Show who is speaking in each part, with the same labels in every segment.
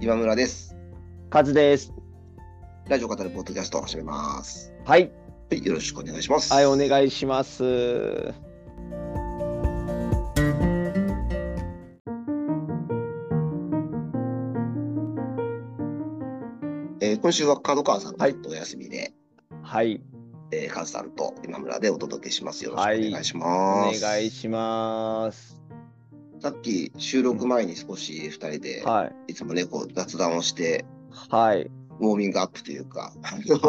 Speaker 1: 今村です。
Speaker 2: カズです。
Speaker 1: ラジオ語るポッドキャストを始めます。
Speaker 2: はい、
Speaker 1: はい、よろしくお願いします。
Speaker 2: はい、お願いします。
Speaker 1: えー今週は角川さんが
Speaker 2: はい
Speaker 1: ちょっとお休みで、
Speaker 2: はい、
Speaker 1: えーカズさんと今村でお届けします。よろしくお願いしま
Speaker 2: お
Speaker 1: す。
Speaker 2: 願いします。
Speaker 1: さっき収録前に少し2人で、
Speaker 2: はい、
Speaker 1: い、つもね、こう雑談をして、
Speaker 2: はい、
Speaker 1: ウォーミングアップというか、
Speaker 2: は
Speaker 1: ちょっ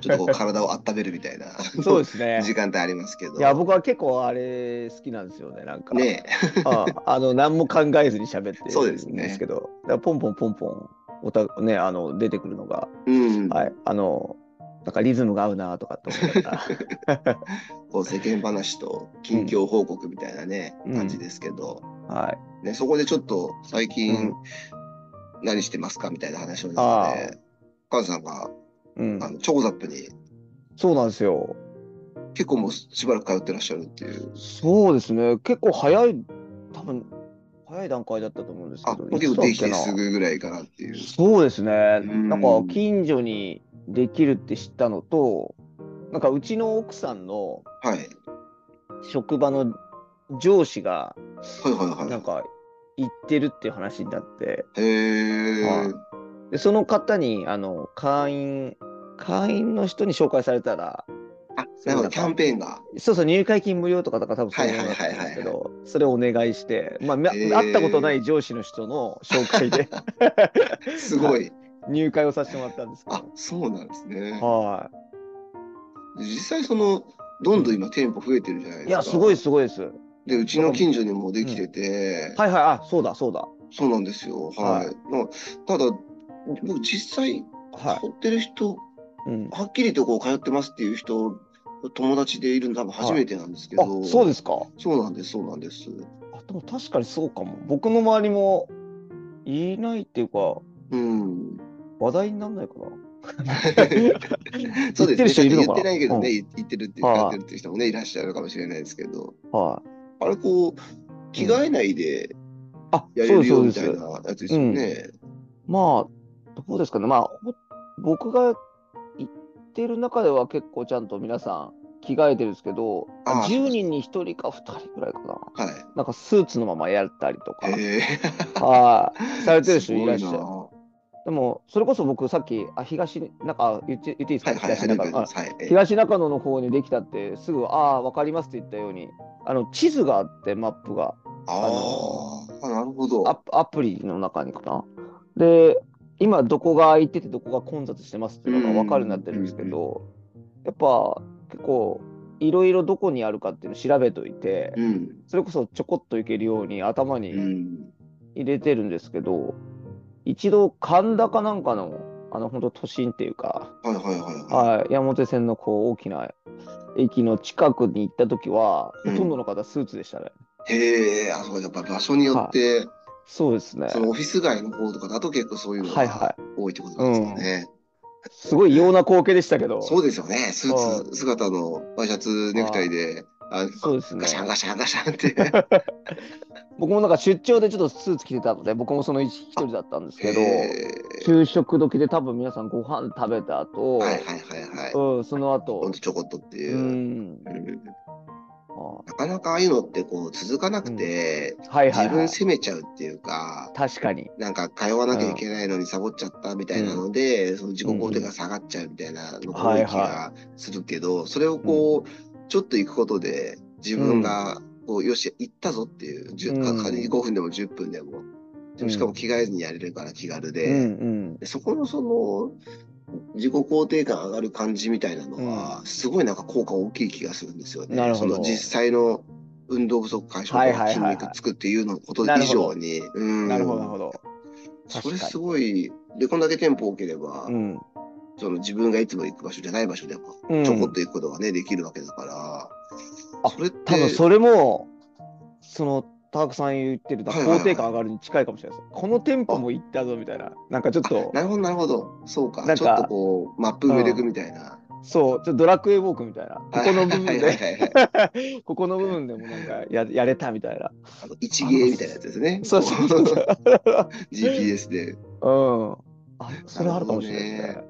Speaker 1: とこう体を温めるみたいな。
Speaker 2: そうですね
Speaker 1: 時間帯ありますけど。
Speaker 2: いや、僕は結構あれ好きなんですよね、なんか。
Speaker 1: ねえ
Speaker 2: ああの、何も考えずに喋って
Speaker 1: そうです
Speaker 2: るん
Speaker 1: ね
Speaker 2: ですけど、だからポンポンポンポン、おたね、あの出てくるのが、
Speaker 1: うん、
Speaker 2: はい、あの、なんかリズムが合うなとかって思いながら
Speaker 1: こう世間話と近況報告みたいなね、
Speaker 2: うん
Speaker 1: 感じですけど、
Speaker 2: はい、
Speaker 1: ね、そこでちょっと最
Speaker 2: う
Speaker 1: 近
Speaker 2: ん
Speaker 1: 何してますかみたいな話を中で、カズさんが
Speaker 2: う
Speaker 1: あ
Speaker 2: ん、
Speaker 1: のチョコザップに
Speaker 2: そうなんですよ。
Speaker 1: 結構もうしばらく通ってらっしゃるっていう。
Speaker 2: そうですね、結構早い、多分早い段階だったと思うんですけ
Speaker 1: あ、
Speaker 2: ど、
Speaker 1: もう結構できて
Speaker 2: いつだっけ
Speaker 1: す
Speaker 2: な
Speaker 1: ぐぐらいかなっていう。
Speaker 2: そうですね、
Speaker 1: うん
Speaker 2: なんか近所にできるって知ったのと、なんかうちの奥さんの
Speaker 1: はい。はい
Speaker 2: 職場の上司が、
Speaker 1: はい
Speaker 2: な
Speaker 1: は
Speaker 2: んか行ってるっていう話になって、
Speaker 1: い。へ
Speaker 2: は
Speaker 1: ー
Speaker 2: いでその方にあの会員、会員の人に紹介されたら、
Speaker 1: あ、なるほ
Speaker 2: な
Speaker 1: ど、
Speaker 2: んか
Speaker 1: キャンペーンが。
Speaker 2: そうそう、入会金無料とかだから多分そういうものだったんですけ
Speaker 1: はいはいはい
Speaker 2: ど、それをお願いして、まあ、みゃ
Speaker 1: えー
Speaker 2: 会ったことない上司の人の紹介で
Speaker 1: すご。
Speaker 2: はい入会をさせてもらったんですけ
Speaker 1: あ、そうなんですね
Speaker 2: ど。。は
Speaker 1: 実際その、どんどん今店舗増えてるじゃない
Speaker 2: い。
Speaker 1: ですか。
Speaker 2: いや、すごいすごいです。はい
Speaker 1: で、うちの近所にもできてて、
Speaker 2: はい、あ、そうだそうだ。
Speaker 1: そうなんですよ。はい。
Speaker 2: は
Speaker 1: まあただ、僕実際、
Speaker 2: は
Speaker 1: 通ってる人、
Speaker 2: い。うん。
Speaker 1: はっきりとこう通ってますっていう人、友達でいるの多分初めてなんですけど、
Speaker 2: あ、そうですか。
Speaker 1: そうなんです、そうなんです。
Speaker 2: あ、でも確かにそうかも。僕の周りも言えないっていうか、
Speaker 1: うん。
Speaker 2: 話題にならないかな。
Speaker 1: そう
Speaker 2: 言
Speaker 1: で
Speaker 2: っ
Speaker 1: す
Speaker 2: て
Speaker 1: ね。
Speaker 2: る人いるの
Speaker 1: 言っ
Speaker 2: か
Speaker 1: て
Speaker 2: な。
Speaker 1: ないけど
Speaker 2: う
Speaker 1: ね、
Speaker 2: ん
Speaker 1: 言言ってるっていう、
Speaker 2: はい
Speaker 1: 通ってるっていう人もね、いらっしゃるかもしれないですけど、
Speaker 2: はい。
Speaker 1: あれこう、着替えないで
Speaker 2: あ、
Speaker 1: や
Speaker 2: そ
Speaker 1: れ
Speaker 2: うで
Speaker 1: る
Speaker 2: す
Speaker 1: よ
Speaker 2: そうで
Speaker 1: みたい
Speaker 2: す。
Speaker 1: なやつですよね。
Speaker 2: まあ、どうですかね。まあ、ほ僕が言ってる中では結構ちゃんと皆さん着替えてるんですけど、
Speaker 1: ああ
Speaker 2: 10人に1人か2人くらいかな。
Speaker 1: は
Speaker 2: なんかスーツのままやったりとか、
Speaker 1: い。へえ
Speaker 2: はいされてる人いらっしゃ
Speaker 1: す
Speaker 2: る
Speaker 1: ご。な
Speaker 2: でも、それこそ僕さっき、あ、東に、なんか言って言っていいです
Speaker 1: は
Speaker 2: か、
Speaker 1: いはい、あり
Speaker 2: 東
Speaker 1: がとうござい
Speaker 2: 中野。
Speaker 1: ま
Speaker 2: あ
Speaker 1: す。はい。ええ
Speaker 2: 東中野の方にできたって、すぐ、ああ、わかりますって言ったように、あの、地図があって、マップが。
Speaker 1: あーあ、なるほど。
Speaker 2: アプアプリの中にかな。で、今どこが空いててどこが混雑してますっていうのが分かるようになってるんですけど、やっぱ結構いろいろどこにあるかっていうのを調べといて、
Speaker 1: うん。
Speaker 2: それこそちょこっと行けるように頭
Speaker 1: う
Speaker 2: に
Speaker 1: ん。
Speaker 2: 入れてるんですけど、一度神田かなんかの、あの本当都心っていうか、
Speaker 1: はいはいはいは
Speaker 2: はい、山手線のこう大きな駅の近くに行った時は、ほとんどの方スーツでしたね。
Speaker 1: い。へえ、あ、そうか、やっぱ場所によって、
Speaker 2: そうですね。
Speaker 1: そのオフィス街の方とかだと結構そういうの
Speaker 2: はいは
Speaker 1: が多いってことなんですかね。
Speaker 2: い。すごい異様な光景でしたけど。
Speaker 1: そうですよね。スー
Speaker 2: う
Speaker 1: ツ姿のワイシャツネクタイで、あ
Speaker 2: そうですね
Speaker 1: ガシャンガシャンガシャンって。
Speaker 2: 僕もなんか出張でちょっとスーツ着てたので、僕もその一一人だったんです けど、
Speaker 1: へ
Speaker 2: 昼食時で多分皆さんご飯食べた
Speaker 1: ー
Speaker 2: 後、
Speaker 1: はいはいはいはい。
Speaker 2: うん、その
Speaker 1: ほ
Speaker 2: 後
Speaker 1: んと、ちょこっとっていうう。
Speaker 2: ん、
Speaker 1: うん
Speaker 2: あは
Speaker 1: なかなかああいうのってこう続かなくて、
Speaker 2: いは
Speaker 1: 自
Speaker 2: い、は
Speaker 1: 分
Speaker 2: い、
Speaker 1: 責めちゃうっていうか、
Speaker 2: 確かに、
Speaker 1: なんか通わなきゃいけないのにサボっちゃったみたいなので、その自己肯定が下がっちゃうみたいなのが多い気がするけど、それをこう、ちょっと行くことで自分がこう、よし行ったぞっていうじゅ
Speaker 2: うん
Speaker 1: か仮に5分でも10分でも、でもしかも着替えずにやれるから気軽
Speaker 2: う
Speaker 1: で,、
Speaker 2: ん
Speaker 1: でそこのその自己肯定感上がる感じみたいなのは、すごいなんか効果大きい気がするんですよね。
Speaker 2: なるほど
Speaker 1: その実際の運動不足解消
Speaker 2: はい
Speaker 1: と
Speaker 2: はい
Speaker 1: か
Speaker 2: はい
Speaker 1: 筋肉つくっていうのこと
Speaker 2: なる
Speaker 1: 以
Speaker 2: ほど
Speaker 1: 上に。
Speaker 2: う、
Speaker 1: うん
Speaker 2: なるほどなるほど、
Speaker 1: そ
Speaker 2: 確か
Speaker 1: れ
Speaker 2: に
Speaker 1: すごい、で、こんだけ店舗多ければ、
Speaker 2: うん、
Speaker 1: その自分がいつも行く場所じゃない場所でも、
Speaker 2: うん
Speaker 1: ちょこっと行くことがね、できるわけだから、
Speaker 2: あ
Speaker 1: それって、
Speaker 2: 多分それもその田中さん言ってる
Speaker 1: はいはいはい
Speaker 2: 肯定感上がるに近いかもしれないです。この店舗も行ったぞみたいな、なんかちょっ
Speaker 1: あ
Speaker 2: と
Speaker 1: なるほど、なるほど、そうか、
Speaker 2: なんか
Speaker 1: ちょっとこう、マップ埋めていくみたいな。
Speaker 2: そう、ちょっとドラクエウォークみたいな、ここの部分
Speaker 1: はいはい
Speaker 2: で、
Speaker 1: はいはい。
Speaker 2: ここの部分でもなんかややれたみたいな。
Speaker 1: あの一芸みたいなやつですね。
Speaker 2: そうそうそうそう。
Speaker 1: GPS で。
Speaker 2: うん。あ、それあるかもしれないです
Speaker 1: な
Speaker 2: ね。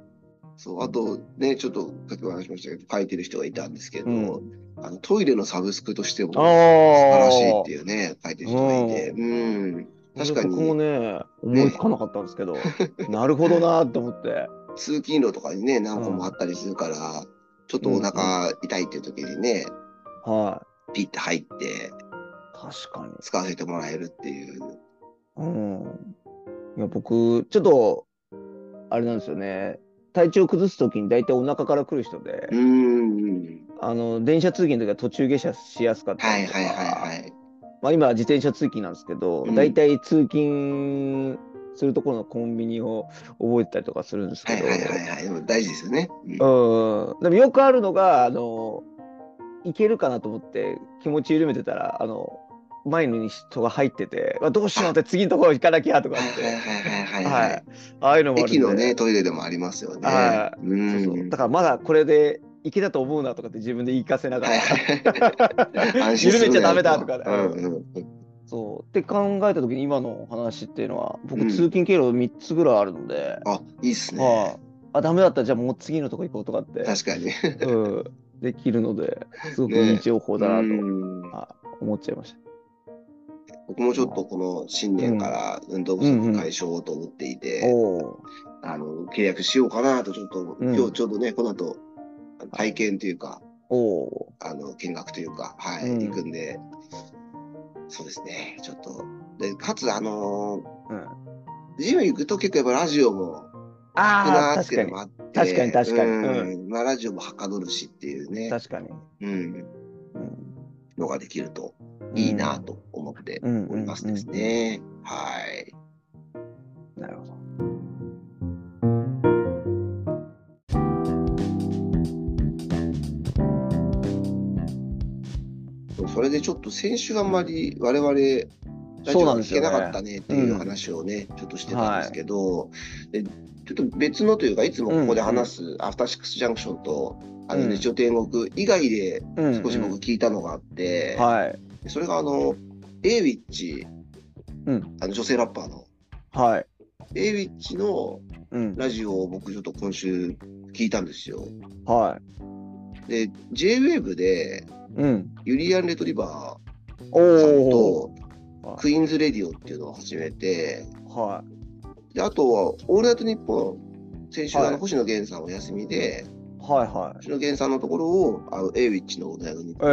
Speaker 1: そう、あとね、ちょっとさっきも話しましたけど、書いてる人がいたんですけど、
Speaker 2: う
Speaker 1: あのトイレのサブスクとしても
Speaker 2: ああ。
Speaker 1: 素晴らしいっていうね、書いてる人がいて、うん、確かに
Speaker 2: 僕もね、思いつかなかったんですけど、なるほどなーって思って。
Speaker 1: 通勤路とかにね、何個もあったりするから、ちょっとお腹痛いっていう時にね、
Speaker 2: は
Speaker 1: ピッて入って
Speaker 2: い。確かに。
Speaker 1: 使わせてもらえるっていう。
Speaker 2: うん。いや、僕、ちょっと、あれなんですよね。体調崩すときに大体お腹から来る人で
Speaker 1: う、ん、
Speaker 2: あの、電車通勤の時は途中下車しやすかった
Speaker 1: は
Speaker 2: り
Speaker 1: い
Speaker 2: と
Speaker 1: はいはいは
Speaker 2: か、
Speaker 1: い。
Speaker 2: まあ今は自転車通勤なんですけど
Speaker 1: う、ん
Speaker 2: 大体通勤するところのコンビニを覚えてたりとかするんです
Speaker 1: は
Speaker 2: け
Speaker 1: い
Speaker 2: ど、
Speaker 1: はいはいはい。でも大事ですよね。うん
Speaker 2: うん。でもよくあるのが、あの、いけるかなと思って気持ち緩めてたら、あの、前に人が入ってて、あどうしようって次のところ行かなきゃとか
Speaker 1: はい
Speaker 2: っ
Speaker 1: は
Speaker 2: て
Speaker 1: い。はいはいはい
Speaker 2: は
Speaker 1: はい
Speaker 2: い。。ああいうのもあるんで。
Speaker 1: 駅のね、トイレでもありますよね。
Speaker 2: は
Speaker 1: う
Speaker 2: そうんそうだからまだこれで池だと思うなとかって自分で言い聞かせながら、
Speaker 1: はいはい。安心す
Speaker 2: 緩め
Speaker 1: る
Speaker 2: ちゃ
Speaker 1: な
Speaker 2: ダメだとかね、
Speaker 1: うんうん
Speaker 2: そうって考えた時に今のお話っていうのは僕
Speaker 1: うん
Speaker 2: 通勤経路3つぐらいあるので、
Speaker 1: あ、いいっす
Speaker 2: は
Speaker 1: ね。
Speaker 2: いあダメだったらじゃあもう次のとこ行こうとかって
Speaker 1: 確かに。
Speaker 2: うん、できるのですごく
Speaker 1: ね
Speaker 2: いい情報だなと
Speaker 1: うん
Speaker 2: 思っちゃいまし
Speaker 1: 僕もちょっとこの新年から運動不足解消と思ってい
Speaker 2: た、
Speaker 1: て、
Speaker 2: おお
Speaker 1: あの、契約しようかなと、ちょっと、
Speaker 2: うん
Speaker 1: 今日ちょうどね、この後、体験というか、
Speaker 2: おお
Speaker 1: あの、見学というか、はい、
Speaker 2: うん
Speaker 1: 行くんで、そうですね、ちょっと。で、かつ、あの
Speaker 2: ー、うん、
Speaker 1: ージム行くと結構やっぱラジオも聞く
Speaker 2: あ
Speaker 1: なー
Speaker 2: ー
Speaker 1: っていうの
Speaker 2: 確かに
Speaker 1: もあって、
Speaker 2: 確かに確かに
Speaker 1: うんまあ、ラジオもはかどるしっていうね、
Speaker 2: 確かに、
Speaker 1: うん、
Speaker 2: うん
Speaker 1: のができるといいなと思っておりますですね。はい。
Speaker 2: なるほど。
Speaker 1: それでちょっと先週あんまり我々ラジ
Speaker 2: そう
Speaker 1: オ
Speaker 2: な
Speaker 1: が聞
Speaker 2: んです
Speaker 1: け
Speaker 2: よね
Speaker 1: なかったねっていう話をね、ちょっとしてたんですけど、でちょっと別のというかいつもここで話すアフターシックスジャンクションとあの
Speaker 2: うん
Speaker 1: 日曜天国以外で
Speaker 2: うん
Speaker 1: 少し僕聞いたのがあって、
Speaker 2: うんはい
Speaker 1: それがあの A ウィッチ、
Speaker 2: うん
Speaker 1: あの女性ラッパーの
Speaker 2: はい、
Speaker 1: A ウィッチの
Speaker 2: うん、
Speaker 1: ラジオを僕ちょっと今週聞いたんですよ。
Speaker 2: は
Speaker 1: で JWAVE で
Speaker 2: い、うん、
Speaker 1: ユリアン・レトリバ
Speaker 2: お
Speaker 1: ーさん
Speaker 2: お
Speaker 1: とクイーンズ・レディオっていうのを始めて
Speaker 2: は
Speaker 1: であとは「オールナイトニッポン」先週あ
Speaker 2: は
Speaker 1: の
Speaker 2: い
Speaker 1: 星野源さんお休みで、
Speaker 2: い、はい、はい。
Speaker 1: 星野源さんのところをあの A ウィッチの「オールナイトニッポン」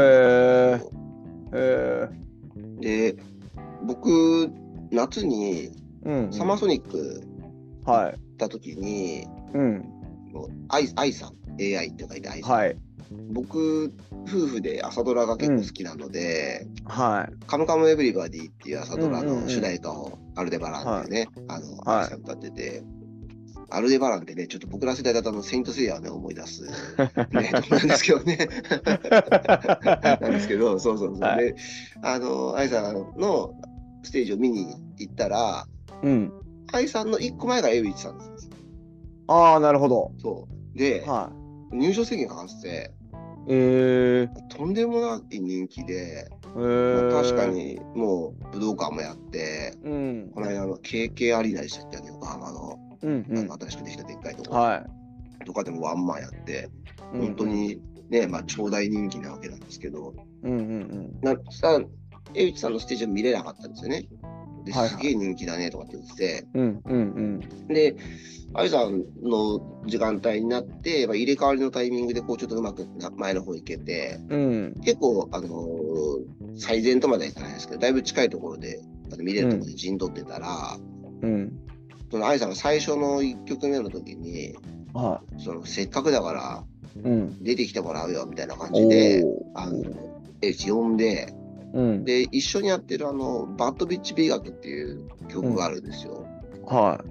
Speaker 2: ええ
Speaker 1: で僕夏に
Speaker 2: ー、うん、
Speaker 1: サマーソニック
Speaker 2: はい、
Speaker 1: 行った時に、
Speaker 2: うん、
Speaker 1: もう愛愛さん AI って書いて愛さん、
Speaker 2: はい、
Speaker 1: 僕夫婦で朝ドラが結構好きなので、
Speaker 2: は
Speaker 1: カムカムエヴリバディっていう朝ドラ
Speaker 2: うんうんう
Speaker 1: の
Speaker 2: ん
Speaker 1: 主題歌をアルデバランっていうね、あの、
Speaker 2: はい
Speaker 1: アイさん歌ってて、アルデバランってね、ちょっと僕ら世代だとあの、セイントセイヤをね、思い出す、 ね、とこなんですけどね。なんですけど、そうそうそう。
Speaker 2: はい
Speaker 1: で、あの、アイさんのステージを見に行ったら、
Speaker 2: い、 うん、
Speaker 1: アイさんの一個前がエブリッチさんなんですよ。
Speaker 2: ああ、なるほど。
Speaker 1: そう。で、
Speaker 2: は
Speaker 1: 入場制限かかってて、
Speaker 2: い、えー、
Speaker 1: とんでもない人気で、
Speaker 2: え
Speaker 1: ま
Speaker 2: ー、
Speaker 1: あ確か、にもう武道館もやって、
Speaker 2: うん、
Speaker 1: この間の KK アリーナでしたっけ、横浜の,、
Speaker 2: うん、
Speaker 1: あ
Speaker 2: うん
Speaker 1: の、新しくできたでっかいところ
Speaker 2: は
Speaker 1: とかでもワンマンやって、
Speaker 2: い、
Speaker 1: 本当、にね、まあ、超大人気なわけなんですけど、
Speaker 2: うん、うん、
Speaker 1: なさ江内さんのステージは見れなかったんですよね。で
Speaker 2: はいはい
Speaker 1: すげえ人気だねとかって言って
Speaker 2: うん、うん、うん、
Speaker 1: て、で、あゆさんの時間帯になって、まあ、入れ替わりのタイミングで、こうちょっとうまくな前の方行けて、
Speaker 2: うん、うん、
Speaker 1: 結構、あのー最前とまではいかないですけど、だいぶ近いところで、あの見れるところで陣取ってたら、
Speaker 2: うん、
Speaker 1: そのあゆさんが最初の1曲目の時に、
Speaker 2: は
Speaker 1: そのせっかくだから
Speaker 2: い、うん、
Speaker 1: 出てきてもらうよみたいな感じで、
Speaker 2: お
Speaker 1: あの、エイチ呼んで、
Speaker 2: ー、うん、
Speaker 1: で、一緒にやってるあの、バッドビッチ美学っていう曲があるんですよ。
Speaker 2: は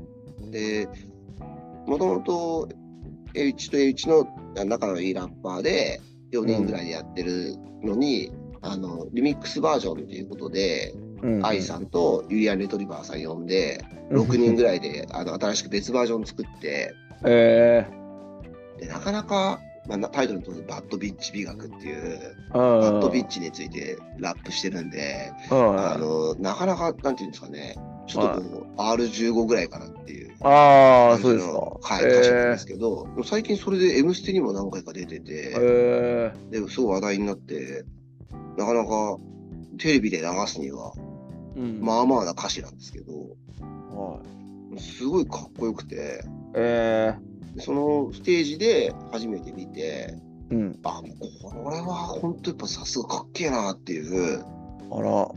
Speaker 1: で、もともとエイチとエイチのあ仲のいいラッパーで、4人ぐらいでやってるのに、あの、リミックスバージョンっていうことで、
Speaker 2: い、うん、
Speaker 1: アイさんとユリアン・レトリバーさん呼んで、
Speaker 2: うん
Speaker 1: 6人ぐらいで、あの、新しく別バージョン作って、
Speaker 2: えー、
Speaker 1: でなかなか、まあな、タイトルの通りバッドビッチ美学っていうバ
Speaker 2: バ
Speaker 1: ッドビッチについてラップしてるんで、
Speaker 2: うん、
Speaker 1: あのなかなかなんていうんですかねちょっとこう R15 ぐらいかなっていう
Speaker 2: ああ、
Speaker 1: 感
Speaker 2: そ
Speaker 1: じの
Speaker 2: うですか。
Speaker 1: はい、
Speaker 2: えー
Speaker 1: 会社なんですけど、最近それで「M ステ」にも何回か出てて、
Speaker 2: え
Speaker 1: ですごい話題になって、なかなかテレビで流すには、
Speaker 2: ーうん
Speaker 1: まあまあな歌詞なんですけど、
Speaker 2: はい
Speaker 1: すごいかっこよくて、
Speaker 2: え
Speaker 1: そのステージで初めて見て、
Speaker 2: ーうん、
Speaker 1: あ、もうこれは本当やっぱさすがかっけえなっていう
Speaker 2: あら、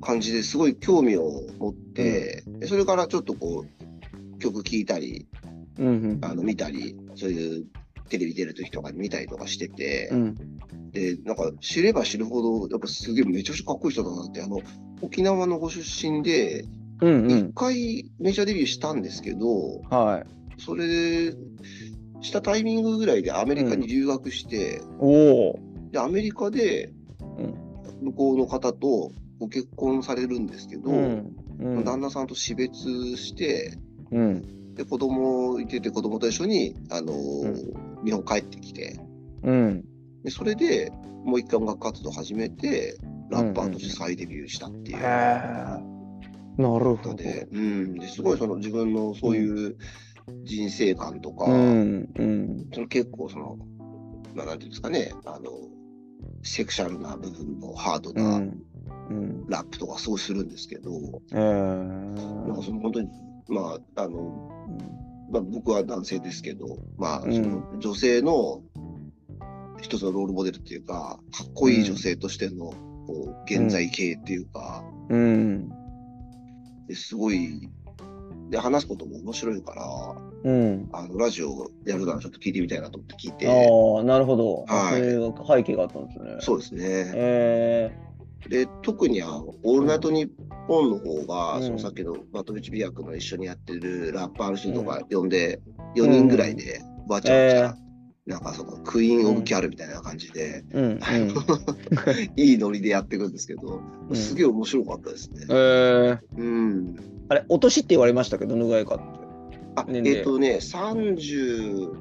Speaker 1: 感じですごい興味を持って、でそれからちょっとこう、曲聴いたり、
Speaker 2: うんうん、
Speaker 1: あの見たり、そういうテレビ出る時とかに見たりとかしてて
Speaker 2: う、ん、
Speaker 1: で、なんか知れば知るほど、やっぱすげえめちゃくちゃかっこいい人だなって、あの、沖縄のご出身で、
Speaker 2: うん、う
Speaker 1: 一
Speaker 2: ん、
Speaker 1: 回メジャーデビューしたんですけど、
Speaker 2: はい。
Speaker 1: それしたタイミングぐらいでアメリカに留学して、
Speaker 2: おお、
Speaker 1: で、アメリカで向こうの方とご結婚されるんですけど、
Speaker 2: うん、うん、
Speaker 1: 旦那さんと死別して、
Speaker 2: うん、
Speaker 1: で、子供いてて、子供と一緒に、あのー日本帰ってきて、
Speaker 2: うん、
Speaker 1: でそれでもう一回音楽活動始めてラッパーとして再デビューしたってい
Speaker 2: へえ
Speaker 1: う
Speaker 2: ー、なる
Speaker 1: こ
Speaker 2: ほ
Speaker 1: と
Speaker 2: ど。
Speaker 1: で,、うん、ですごいその自分のそういう人生観とか、
Speaker 2: うん、うん、
Speaker 1: その結構その、まあ、なんていうんですかねあのセクシャルな部分のハード
Speaker 2: う、
Speaker 1: なん
Speaker 2: うん、
Speaker 1: ラップとかすごいするんですけど、
Speaker 2: えー
Speaker 1: なんかその本当にまああの、まあ、僕は男性ですけど、まあ、そ
Speaker 2: うん
Speaker 1: の女性の一つのロールモデルっていうかかっこいい女性としての、こう現在形っていうか、
Speaker 2: うん、
Speaker 1: ですごい、で、話すことも面白いから、
Speaker 2: うん。
Speaker 1: あの、ラジオやるならちょっと聞いてみたいなと思って聞いて、
Speaker 2: ああ、なるほど。
Speaker 1: はい
Speaker 2: そういう背景があったんですね。
Speaker 1: そうですね。
Speaker 2: え
Speaker 1: で、特にあの、オールナイトニッポンの方が、
Speaker 2: うん
Speaker 1: そのさっきのバトルチビアクの一緒にやってるラッパーの人とか呼んで、4人ぐらいで、わちゃわちゃ、なんかその、クイーン・オブ・ギャルみたいな感じで、
Speaker 2: ー、うん、うん。
Speaker 1: いいノリでやっていくんですけど、
Speaker 2: う ん
Speaker 1: すげえ面白かったですね
Speaker 2: え。ー、
Speaker 1: うん。
Speaker 2: あれ、お年って言われましたけど、どのぐらいかって。
Speaker 1: あ、えっ、
Speaker 2: 年齢
Speaker 1: とね、30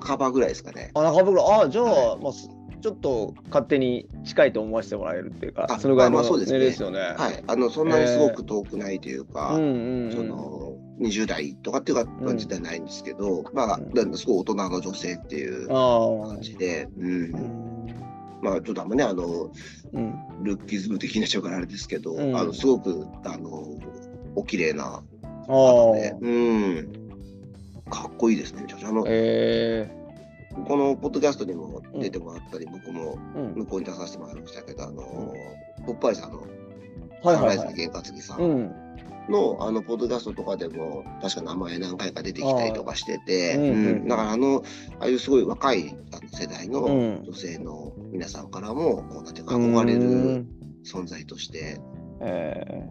Speaker 1: 半ばぐらいですかね。
Speaker 2: あ、中袋、ああ、じゃあ、
Speaker 1: は
Speaker 2: まあ、すちょっと勝手に近いと思わせてもらえるっていうか、
Speaker 1: あ
Speaker 2: そのぐらい
Speaker 1: ま
Speaker 2: の
Speaker 1: あまあそうです
Speaker 2: 年
Speaker 1: ね
Speaker 2: 齢ですよね。
Speaker 1: はい、あのそんなにすごく遠くないというか、
Speaker 2: うんうんうん、
Speaker 1: その20代とかっていう感じではないんですけど、まあ
Speaker 2: うん
Speaker 1: なんかすごい大人の女性っていう
Speaker 2: あ
Speaker 1: 感じで、うん
Speaker 2: あ、
Speaker 1: まあちょっとあんまねあの
Speaker 2: うん、
Speaker 1: ルッキズム的な人からあれですけど、
Speaker 2: うん
Speaker 1: あのすごくあのお綺麗な
Speaker 2: ああ
Speaker 1: 方、で、うん、かっこいいですねめちゃくちゃあの、
Speaker 2: え
Speaker 1: このポッドキャストにも出てもらったり、僕も
Speaker 2: ー、うん
Speaker 1: 向、こうに出させてもらいましたけどあの、ポッパイさんの
Speaker 2: はい
Speaker 1: サン
Speaker 2: は
Speaker 1: ラ
Speaker 2: い
Speaker 1: イズ
Speaker 2: は
Speaker 1: の
Speaker 2: い。
Speaker 1: 験担ぎさん
Speaker 2: うん、
Speaker 1: のあのポッドキャストとかでも確か名前何回か出てきたりとかしてて、
Speaker 2: あー
Speaker 1: う
Speaker 2: うん
Speaker 1: ん
Speaker 2: うん
Speaker 1: だからあのああいうすごい若いあの世代の
Speaker 2: うん
Speaker 1: 女性の皆さんからもこうなんていうか憧れ
Speaker 2: う
Speaker 1: る
Speaker 2: ん。
Speaker 1: 存在として
Speaker 2: え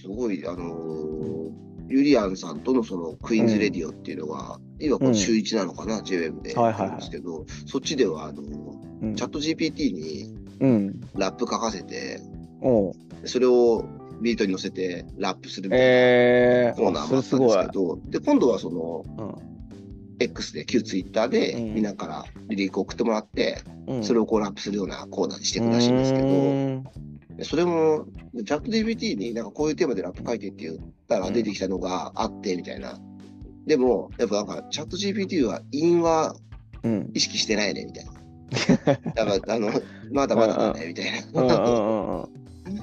Speaker 1: すごいあのーユリアンさんとのそのクイーンズレディオっていうのが、今こう週1なのかな、JWM で
Speaker 2: はい
Speaker 1: やっ
Speaker 2: はいは
Speaker 1: て
Speaker 2: い
Speaker 1: るんですけど、そっちではあの
Speaker 2: ー、うん
Speaker 1: チャット GPT に
Speaker 2: うん、
Speaker 1: ラップ書かせて
Speaker 2: おう
Speaker 1: それをビートに乗せてラップするみたいな。
Speaker 2: えー、
Speaker 1: コーナー
Speaker 2: あ
Speaker 1: も
Speaker 2: そ
Speaker 1: あったんで
Speaker 2: れすご
Speaker 1: す
Speaker 2: い
Speaker 1: け。ど、で今度はその
Speaker 2: うん、
Speaker 1: X で旧 Twitter で
Speaker 2: うん
Speaker 1: みんなからリリークを送ってもらって、
Speaker 2: うん、
Speaker 1: それ
Speaker 2: を
Speaker 1: をこうラップするようなコーナーにしていくらしいんですけど、でそれもチャット GPT になんかこういうテーマでラップ書いてって言ったら
Speaker 2: うん
Speaker 1: 出てきたのがあってみたいな。でも、やっぱなんかチャット GPT は因は
Speaker 2: ど、うん、
Speaker 1: 意識してないねみ たいな。だからあのまだまだだねみたい
Speaker 2: うん、うん、
Speaker 1: な
Speaker 2: うん、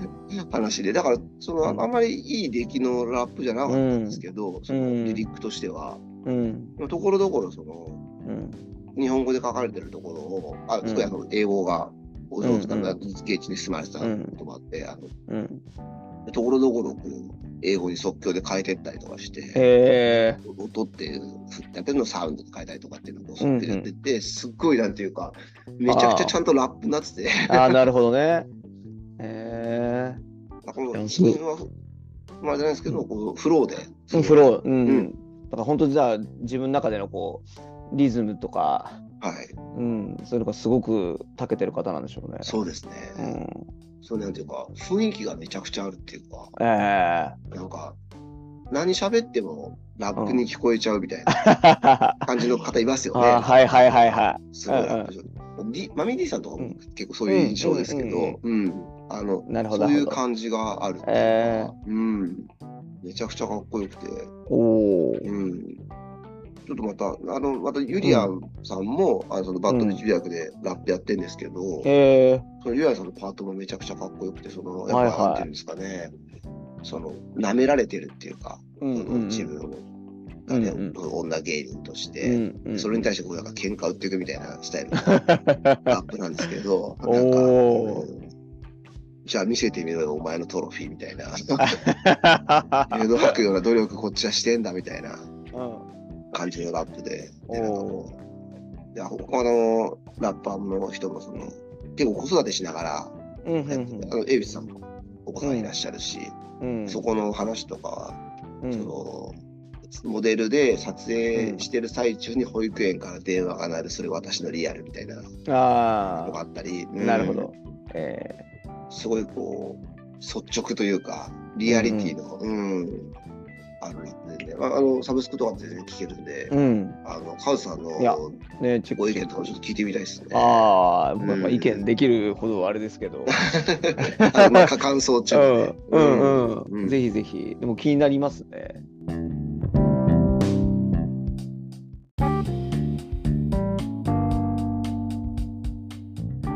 Speaker 1: 話で、だからそのあ
Speaker 2: うん
Speaker 1: あんまりいい出来のラップじゃなかったんですけど、そのリリックとしては。
Speaker 2: うん、
Speaker 1: でもところどころその
Speaker 2: うん、
Speaker 1: 日本語で書かれてるところを、あ、
Speaker 2: うん
Speaker 1: すごいあの英語がお上手な
Speaker 2: うんうん
Speaker 1: 現地に住まれてたこともあって、あ
Speaker 2: うん、
Speaker 1: のところどころこう英語に即興で変えてったりとかして、
Speaker 2: え
Speaker 1: 音っていう、やってるのをサウンドで変えたりとかっていうのを即興でやってて、すっごいなんていうか、めちゃくちゃちゃんとラップになってて、
Speaker 2: ー、あー、なるほどね。えー。
Speaker 1: この
Speaker 2: いやすごい
Speaker 1: 自分は、まあ、じゃないですけど、こうフローで。
Speaker 2: うんフロー、うん、
Speaker 1: うん
Speaker 2: だから本当じゃあ自分の中でのこうリズムとか、
Speaker 1: はい、
Speaker 2: うん、そういうのがすごく長けてる方なんでしょうね。
Speaker 1: そうです
Speaker 2: う
Speaker 1: ね。
Speaker 2: ん、
Speaker 1: そうなんていうか、雰囲気がめちゃくちゃあるっていうか、
Speaker 2: え
Speaker 1: なんか、何喋ってもラップに聞こえちゃうみたいな。
Speaker 2: え あ
Speaker 1: 感じの方いますよね。
Speaker 2: ーはいはいはいは
Speaker 1: すごい
Speaker 2: うんうん
Speaker 1: D- マミー D さんとか
Speaker 2: う
Speaker 1: も
Speaker 2: ん
Speaker 1: 結構そういう印象ですけど、うんあの
Speaker 2: い。なるほ
Speaker 1: そ
Speaker 2: ど。
Speaker 1: ういう
Speaker 2: なるほど
Speaker 1: 感じがあるっていうか、
Speaker 2: え
Speaker 1: うん、めちゃくちゃかっこよくて、
Speaker 2: おお。
Speaker 1: うん。ちょっとまた、あの、またユリアンさんも、あのそのバッドル中役でラップやってるんですけど、
Speaker 2: へえ。
Speaker 1: そのユリアンさんのパートもめちゃくちゃかっこよくて、その、
Speaker 2: は
Speaker 1: や
Speaker 2: い
Speaker 1: っ
Speaker 2: は
Speaker 1: ぱ、
Speaker 2: い
Speaker 1: なんていうんですかね、その、舐められてるっていうか、
Speaker 2: うん
Speaker 1: その自分がね、
Speaker 2: うん
Speaker 1: 女芸人とし
Speaker 2: う
Speaker 1: て、
Speaker 2: んうん。
Speaker 1: そ れに対してこうなんか喧嘩売っていくみたいなスタイルのラップなんですけど、なんか、
Speaker 2: おー
Speaker 1: うんじゃあ見せてみろよ、お前のトロフィーみたい な。
Speaker 2: う。
Speaker 1: 犬の吐くような努力こっちはしてんだみたいなん感じのラップで。でなんか
Speaker 2: お
Speaker 1: こういや他のラッパーの人もその結構子育てしながら、
Speaker 2: うん
Speaker 1: あの恵比寿さんもお子さんいらっしゃるし、
Speaker 2: うんうん。
Speaker 1: そこの話とかは、
Speaker 2: うん
Speaker 1: そのモデルで撮影してる最中に保育園から電話が鳴るそれ私のリアルみたいなの
Speaker 2: あ
Speaker 1: があったり、
Speaker 2: あ。
Speaker 1: うん
Speaker 2: なるほど。ええ。
Speaker 1: すごいこう率直というかリアリティの、うんあるラップでね、まあ、あのサブスクとかも全然聞けるんで、
Speaker 2: うん。
Speaker 1: あのカウさんの
Speaker 2: いやね、チェッ
Speaker 1: ご
Speaker 2: ク
Speaker 1: 意
Speaker 2: チェ
Speaker 1: 見
Speaker 2: ッ
Speaker 1: とか
Speaker 2: ク
Speaker 1: ちょっと聞いてみたいですね。
Speaker 2: ああ、
Speaker 1: ん
Speaker 2: まあまあ意見できるほどはあれですけど。
Speaker 1: あのまあ、か感想っちゃうね。
Speaker 2: うんうん
Speaker 1: う
Speaker 2: うんん。ぜひぜひ。でも気になりますね。
Speaker 1: あ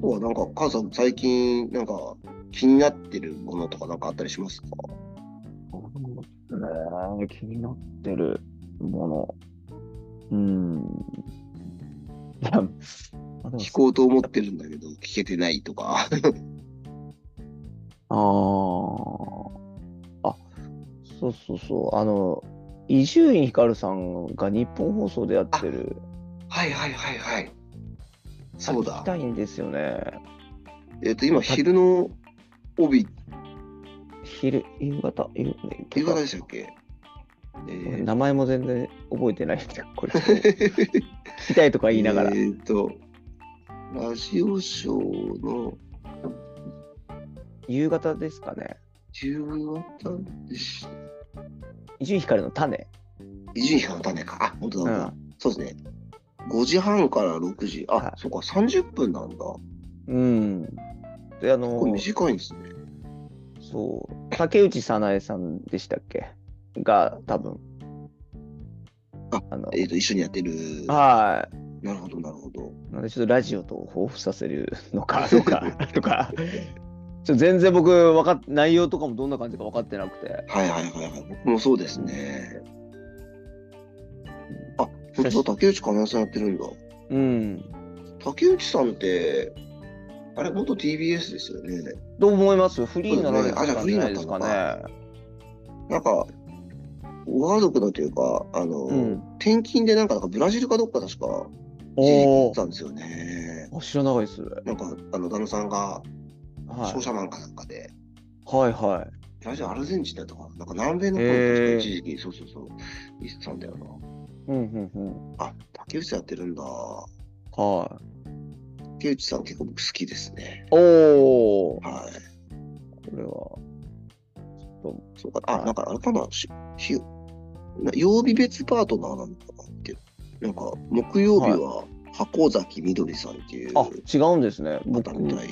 Speaker 1: とはなんか、カウさん、最近、なんか、気になってるものとかなんかあったりしますか
Speaker 2: ね気になってるもの。うん。いや、あでも
Speaker 1: 聞こうと思ってるんだけど、聞けてないとか。
Speaker 2: ああ。あ、そうそうそう。あの、伊集院光さんが日本放送でやってる。
Speaker 1: はいはいはいはい。そう
Speaker 2: あ聞
Speaker 1: だ
Speaker 2: き。たいんですよね。
Speaker 1: えっ、と、今、昼の帯、
Speaker 2: 昼、夕方、夕
Speaker 1: 夕方でしたっけえ
Speaker 2: 俺
Speaker 1: ー
Speaker 2: 名前も全然覚えてないんだよこれ。聞きたいとか言いな がら
Speaker 1: え。ーっ、と、ラジオショーの
Speaker 2: 夕方ですかね。
Speaker 1: 10月でし
Speaker 2: 伊集院光の種。
Speaker 1: 伊集院光の種か。あ、本当
Speaker 2: う
Speaker 1: だ、本当だ
Speaker 2: ん。
Speaker 1: そうですね。5時半から6時。あ、
Speaker 2: はい
Speaker 1: そっか、30分なんだ。こ
Speaker 2: うん。で、あの
Speaker 1: れ、短いんですね。
Speaker 2: そう、竹内早苗さんでしたっけが、多分
Speaker 1: あ
Speaker 2: あの、
Speaker 1: えっ、と、一緒にやってる。
Speaker 2: は
Speaker 1: なるほど、なるほど。
Speaker 2: い。なので、ちょっとラジオと抱負させるの かどうかとか、ちょっと全然僕わかっ、内容とかもどんな感じか分かってなくて、
Speaker 1: はいはいはいはい。僕もそうですね。あ、
Speaker 2: 久し
Speaker 1: 本当だ、竹内かなえさんやってるんだ。
Speaker 2: うん。
Speaker 1: 竹内さんって、あれ、元 TBS ですよね。
Speaker 2: どう思いますフリーになられて
Speaker 1: そうですねあじゃあ
Speaker 2: たんじゃないですか
Speaker 1: フリーに
Speaker 2: ね。
Speaker 1: なんか、ご家族のというか、あの、
Speaker 2: うん
Speaker 1: 転勤でなんか、なんかブラジルかどっか確か、一時期行
Speaker 2: お
Speaker 1: ってたんですよね。
Speaker 2: お。知らないです。は
Speaker 1: なんか、あの、旦那さんが商
Speaker 2: い。
Speaker 1: 社マンかなんかで、
Speaker 2: はいはい。
Speaker 1: ラジオアルゼンチンだったかななんか南米の方
Speaker 2: へ
Speaker 1: に
Speaker 2: ー
Speaker 1: 一時期、そうそうそう、行ってたんだよ
Speaker 2: うんうんうん。
Speaker 1: な。あ、竹内さんやってるんだ。
Speaker 2: はい。
Speaker 1: 竹内さん結構僕好きですね。
Speaker 2: おお。こ
Speaker 1: はい。
Speaker 2: れは。ちょっと
Speaker 1: そうか、あ、なんかあれかな、ししな曜日別パートナーなのかなって。なんか、木曜日は箱崎みどりさんっていう
Speaker 2: あ、違うんですね。僕
Speaker 1: 方みたい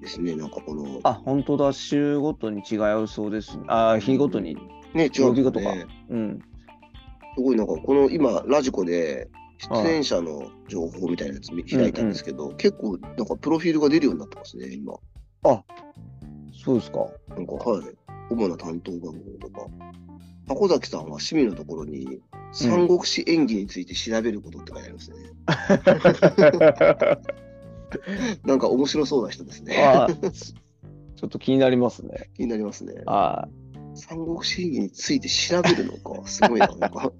Speaker 1: ですね。なんかこの、
Speaker 2: あ、本当だ。週ごとに違うそうです、ね。あー、日ごとに。
Speaker 1: ね、違う、ね。
Speaker 2: 曜日ごとかうん。
Speaker 1: すごいなんか、この今、ラジコで、出演者の情報みたいなやつ見開いたんですけど、結構、なんか、プロフィールが出るようになってますね、今。
Speaker 2: そうですか。
Speaker 1: なんか、はい。主な担当番組とか。箱崎さんは趣味のところに、三国志演技について調べることって書いてありますね。なんか面白そうな人ですね。
Speaker 2: あーちちょっと気になりますね。
Speaker 1: 気になりますね。
Speaker 2: あ
Speaker 1: 三国志演義について調べるのか、すごいな。なんか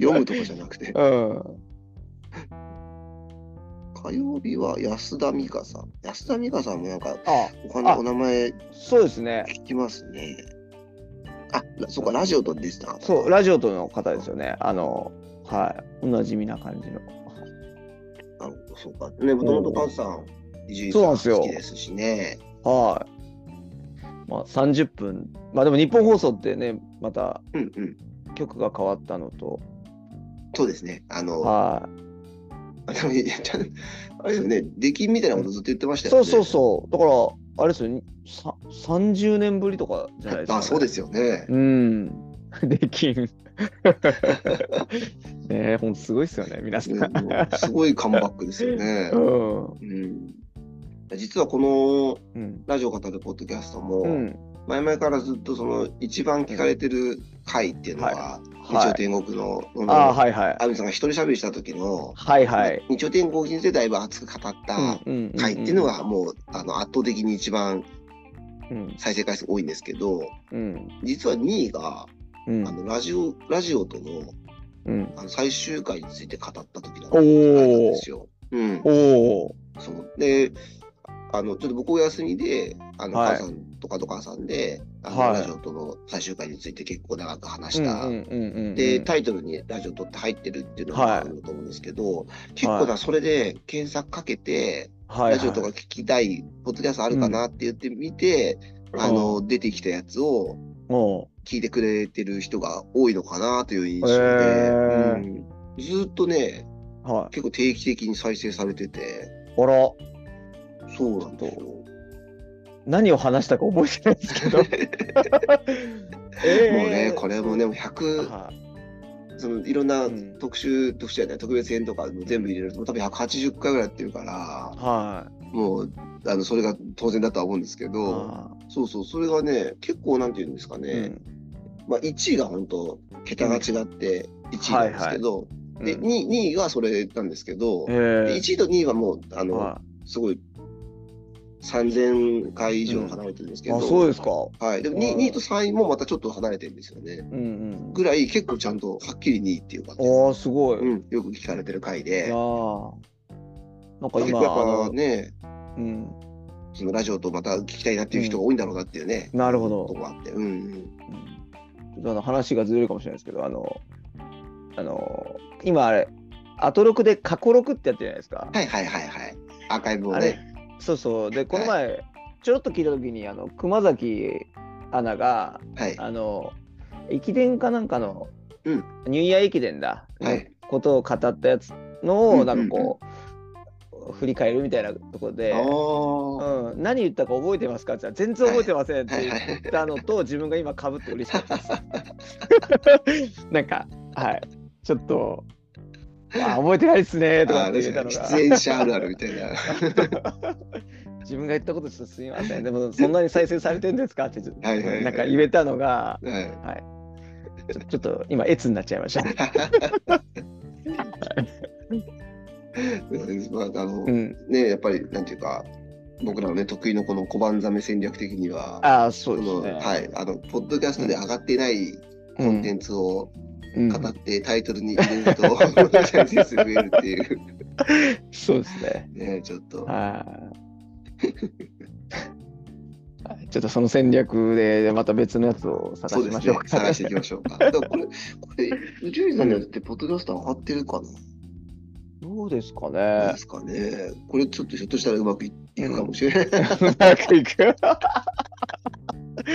Speaker 1: 読むとかじゃなくて
Speaker 2: ー、うん。
Speaker 1: 火曜日は安田美香さん。安田美香さんもなんか、
Speaker 2: あ、
Speaker 1: お花
Speaker 2: あ
Speaker 1: お名前
Speaker 2: そうですね。
Speaker 1: 聞きますね。あ、らそうか、ラジオと出てた。
Speaker 2: そう、ラジオとの方ですよね。あの、はい。おなじみな感じの。
Speaker 1: なるほど、そうか。ね、もともとカズさん、伊集院
Speaker 2: そうなんです
Speaker 1: さん
Speaker 2: よ
Speaker 1: 好きですしね。
Speaker 2: はい。まあ、30分。まあ、でも日本放送ってね、また
Speaker 1: うんうん。
Speaker 2: 曲が変わったのと、
Speaker 1: そうですね。あの、
Speaker 2: は
Speaker 1: あでもいやちゃんあれですよね、出禁みたいなことずっと言ってまし
Speaker 2: い。
Speaker 1: たよ
Speaker 2: そ
Speaker 1: ね。
Speaker 2: うそうそう。だから、あれですよね、さ30年ぶりとかじゃないですか、
Speaker 1: あ、そうですよね。
Speaker 2: うん。できん。ね え、ほんとすごいですよね、皆さん。うん。
Speaker 1: うんすごいカムバックですよね。うん、実はこの
Speaker 2: うん。
Speaker 1: ラジオ型でポッドキャストも、
Speaker 2: うん。
Speaker 1: 前々からずっとその一番聞かれてる回っていうのは、日曜
Speaker 2: はい。
Speaker 1: 天国の、あの
Speaker 2: ああ、はいはい。
Speaker 1: 亜美さんが一人喋りした時の、
Speaker 2: はいはい。
Speaker 1: 日曜天国についてだいぶ熱く語った
Speaker 2: うんうんうん
Speaker 1: 回っていうのがもう、あの圧倒的に一番
Speaker 2: うん
Speaker 1: 再生回数多いんですけど、
Speaker 2: うん
Speaker 1: 実は2位が、
Speaker 2: うん
Speaker 1: あのラジオラジオとの
Speaker 2: うん
Speaker 1: あの最終回について語った時の
Speaker 2: おー
Speaker 1: 回なんですよ。うん、
Speaker 2: おお
Speaker 1: そうであのちょっと僕お休みであの、
Speaker 2: は
Speaker 1: 母
Speaker 2: い
Speaker 1: さんとかと母さんであの、
Speaker 2: はい
Speaker 1: ラジオとの最終回について結構長く話
Speaker 2: う
Speaker 1: し
Speaker 2: んう
Speaker 1: た。
Speaker 2: んうんうん
Speaker 1: でタイトルにラジオとって入ってるっていうのが
Speaker 2: はい
Speaker 1: あると思うんですけど、結構だそれで検索かけて、
Speaker 2: はいはい
Speaker 1: ラジオとか聞きたいポッドキャストあるかなって言ってみて、
Speaker 2: ん
Speaker 1: あの出てきたやつを
Speaker 2: おう
Speaker 1: 聞いてくれてる人が多いのかなという印象で、
Speaker 2: へー
Speaker 1: うんずっとね
Speaker 2: はい
Speaker 1: 結構定期的に再生されてて
Speaker 2: あら
Speaker 1: そうなんですよ。
Speaker 2: 何を話したか覚えてないですけ ど ええ
Speaker 1: もうねこれもね100
Speaker 2: はい
Speaker 1: そのいろんな
Speaker 2: うん
Speaker 1: 特集、特集じゃない特別編とかも全部入れると多分180回ぐらいやってるから
Speaker 2: は
Speaker 1: もうあのそれが当然だとは思うんですけ
Speaker 2: い
Speaker 1: ど
Speaker 2: は
Speaker 1: そうそうそれがね結構なんていうんですか
Speaker 2: い
Speaker 1: ね、
Speaker 2: うん
Speaker 1: まあ、1位が本当桁が違って1位なんですけど、で
Speaker 2: うん
Speaker 1: 2, 位がそれなんですけど、
Speaker 2: え
Speaker 1: で
Speaker 2: え
Speaker 1: 1位と2位はもうあの、
Speaker 2: は
Speaker 1: すごい3000回以上離れてるんですけ
Speaker 2: い
Speaker 1: ど、
Speaker 2: あそうですか
Speaker 1: はい、でも 2,
Speaker 2: はい
Speaker 1: 位と3位もまたちょっと離れてるんですよね。
Speaker 2: うん
Speaker 1: ぐらい結構ちゃんとはっきり2位っていうか、
Speaker 2: うんああすごい
Speaker 1: うん、よく聞かれてる回
Speaker 2: い
Speaker 1: で
Speaker 2: やーなんか
Speaker 1: 結
Speaker 2: 今
Speaker 1: 構やっぱね
Speaker 2: あのうん
Speaker 1: そのラジオとまた聞きたいなっていう人が多いんだろうなっていうね、
Speaker 2: なるほど
Speaker 1: とこあって、うんうん、
Speaker 2: ちょっとあの話がずれるかもしれないですけど、あの、あの、今あれ、アトロクで過去録ってやってるじゃないですか。
Speaker 1: はいはいはいはいアーカイブを
Speaker 2: あれ
Speaker 1: ね、
Speaker 2: そうそう。で、この前、ちょろっと聞いたときに、あの、熊崎アナが、
Speaker 1: はい、
Speaker 2: あの、駅伝かなんかの、
Speaker 1: うん
Speaker 2: ニューイヤー駅伝だ、
Speaker 1: はい
Speaker 2: ことを語ったやつのを、
Speaker 1: うんうん
Speaker 2: な
Speaker 1: うん
Speaker 2: んかこう、振り返るみたいなところで
Speaker 1: あ、ー
Speaker 2: うん、何言ったか覚えてますかって言ったら全然覚えてませんって言ったのと、自分が今かぶって嬉しかったです。 なんか、はい、ちょっと、あ覚えてないですねと
Speaker 1: あ
Speaker 2: か
Speaker 1: あ
Speaker 2: って言ったのが、
Speaker 1: 出演者あるあるみたいな。
Speaker 2: 自分が言ったことちょっとすみません、でもそんなに再生されてるんですかって、ちょっと
Speaker 1: はいはいはい
Speaker 2: なんか言えたのが、
Speaker 1: はい
Speaker 2: ちょちょっと今、越になっちゃいました。
Speaker 1: まあ、あの、
Speaker 2: うん、
Speaker 1: ね、やっぱり、なんていうか、僕らのね、得意のこの小判ざめ戦略的には、
Speaker 2: ああ、そう
Speaker 1: そ
Speaker 2: で
Speaker 1: の、
Speaker 2: すね。
Speaker 1: はい、あの、ポッドキャストで上がってない
Speaker 2: うん
Speaker 1: コンテンツを
Speaker 2: うん
Speaker 1: 語ってタイトルに入れると、再生数増えるっていう、
Speaker 2: そうですね。
Speaker 1: ね、ちょっと、
Speaker 2: はい。はい ちょっとその戦略でまた別のやつを探
Speaker 1: そう
Speaker 2: し
Speaker 1: です
Speaker 2: ましょ
Speaker 1: ね
Speaker 2: う、か。
Speaker 1: 探していきましょ うか。でもこれ、これ、宇宙人さんのやつって、ポッドキャスト上がってるかな、
Speaker 2: どうですか
Speaker 1: どう
Speaker 2: ね
Speaker 1: で。すかね。これ、ちょっとひょっとしたらうまくいいくかもしれない。
Speaker 2: うまくいく。はい。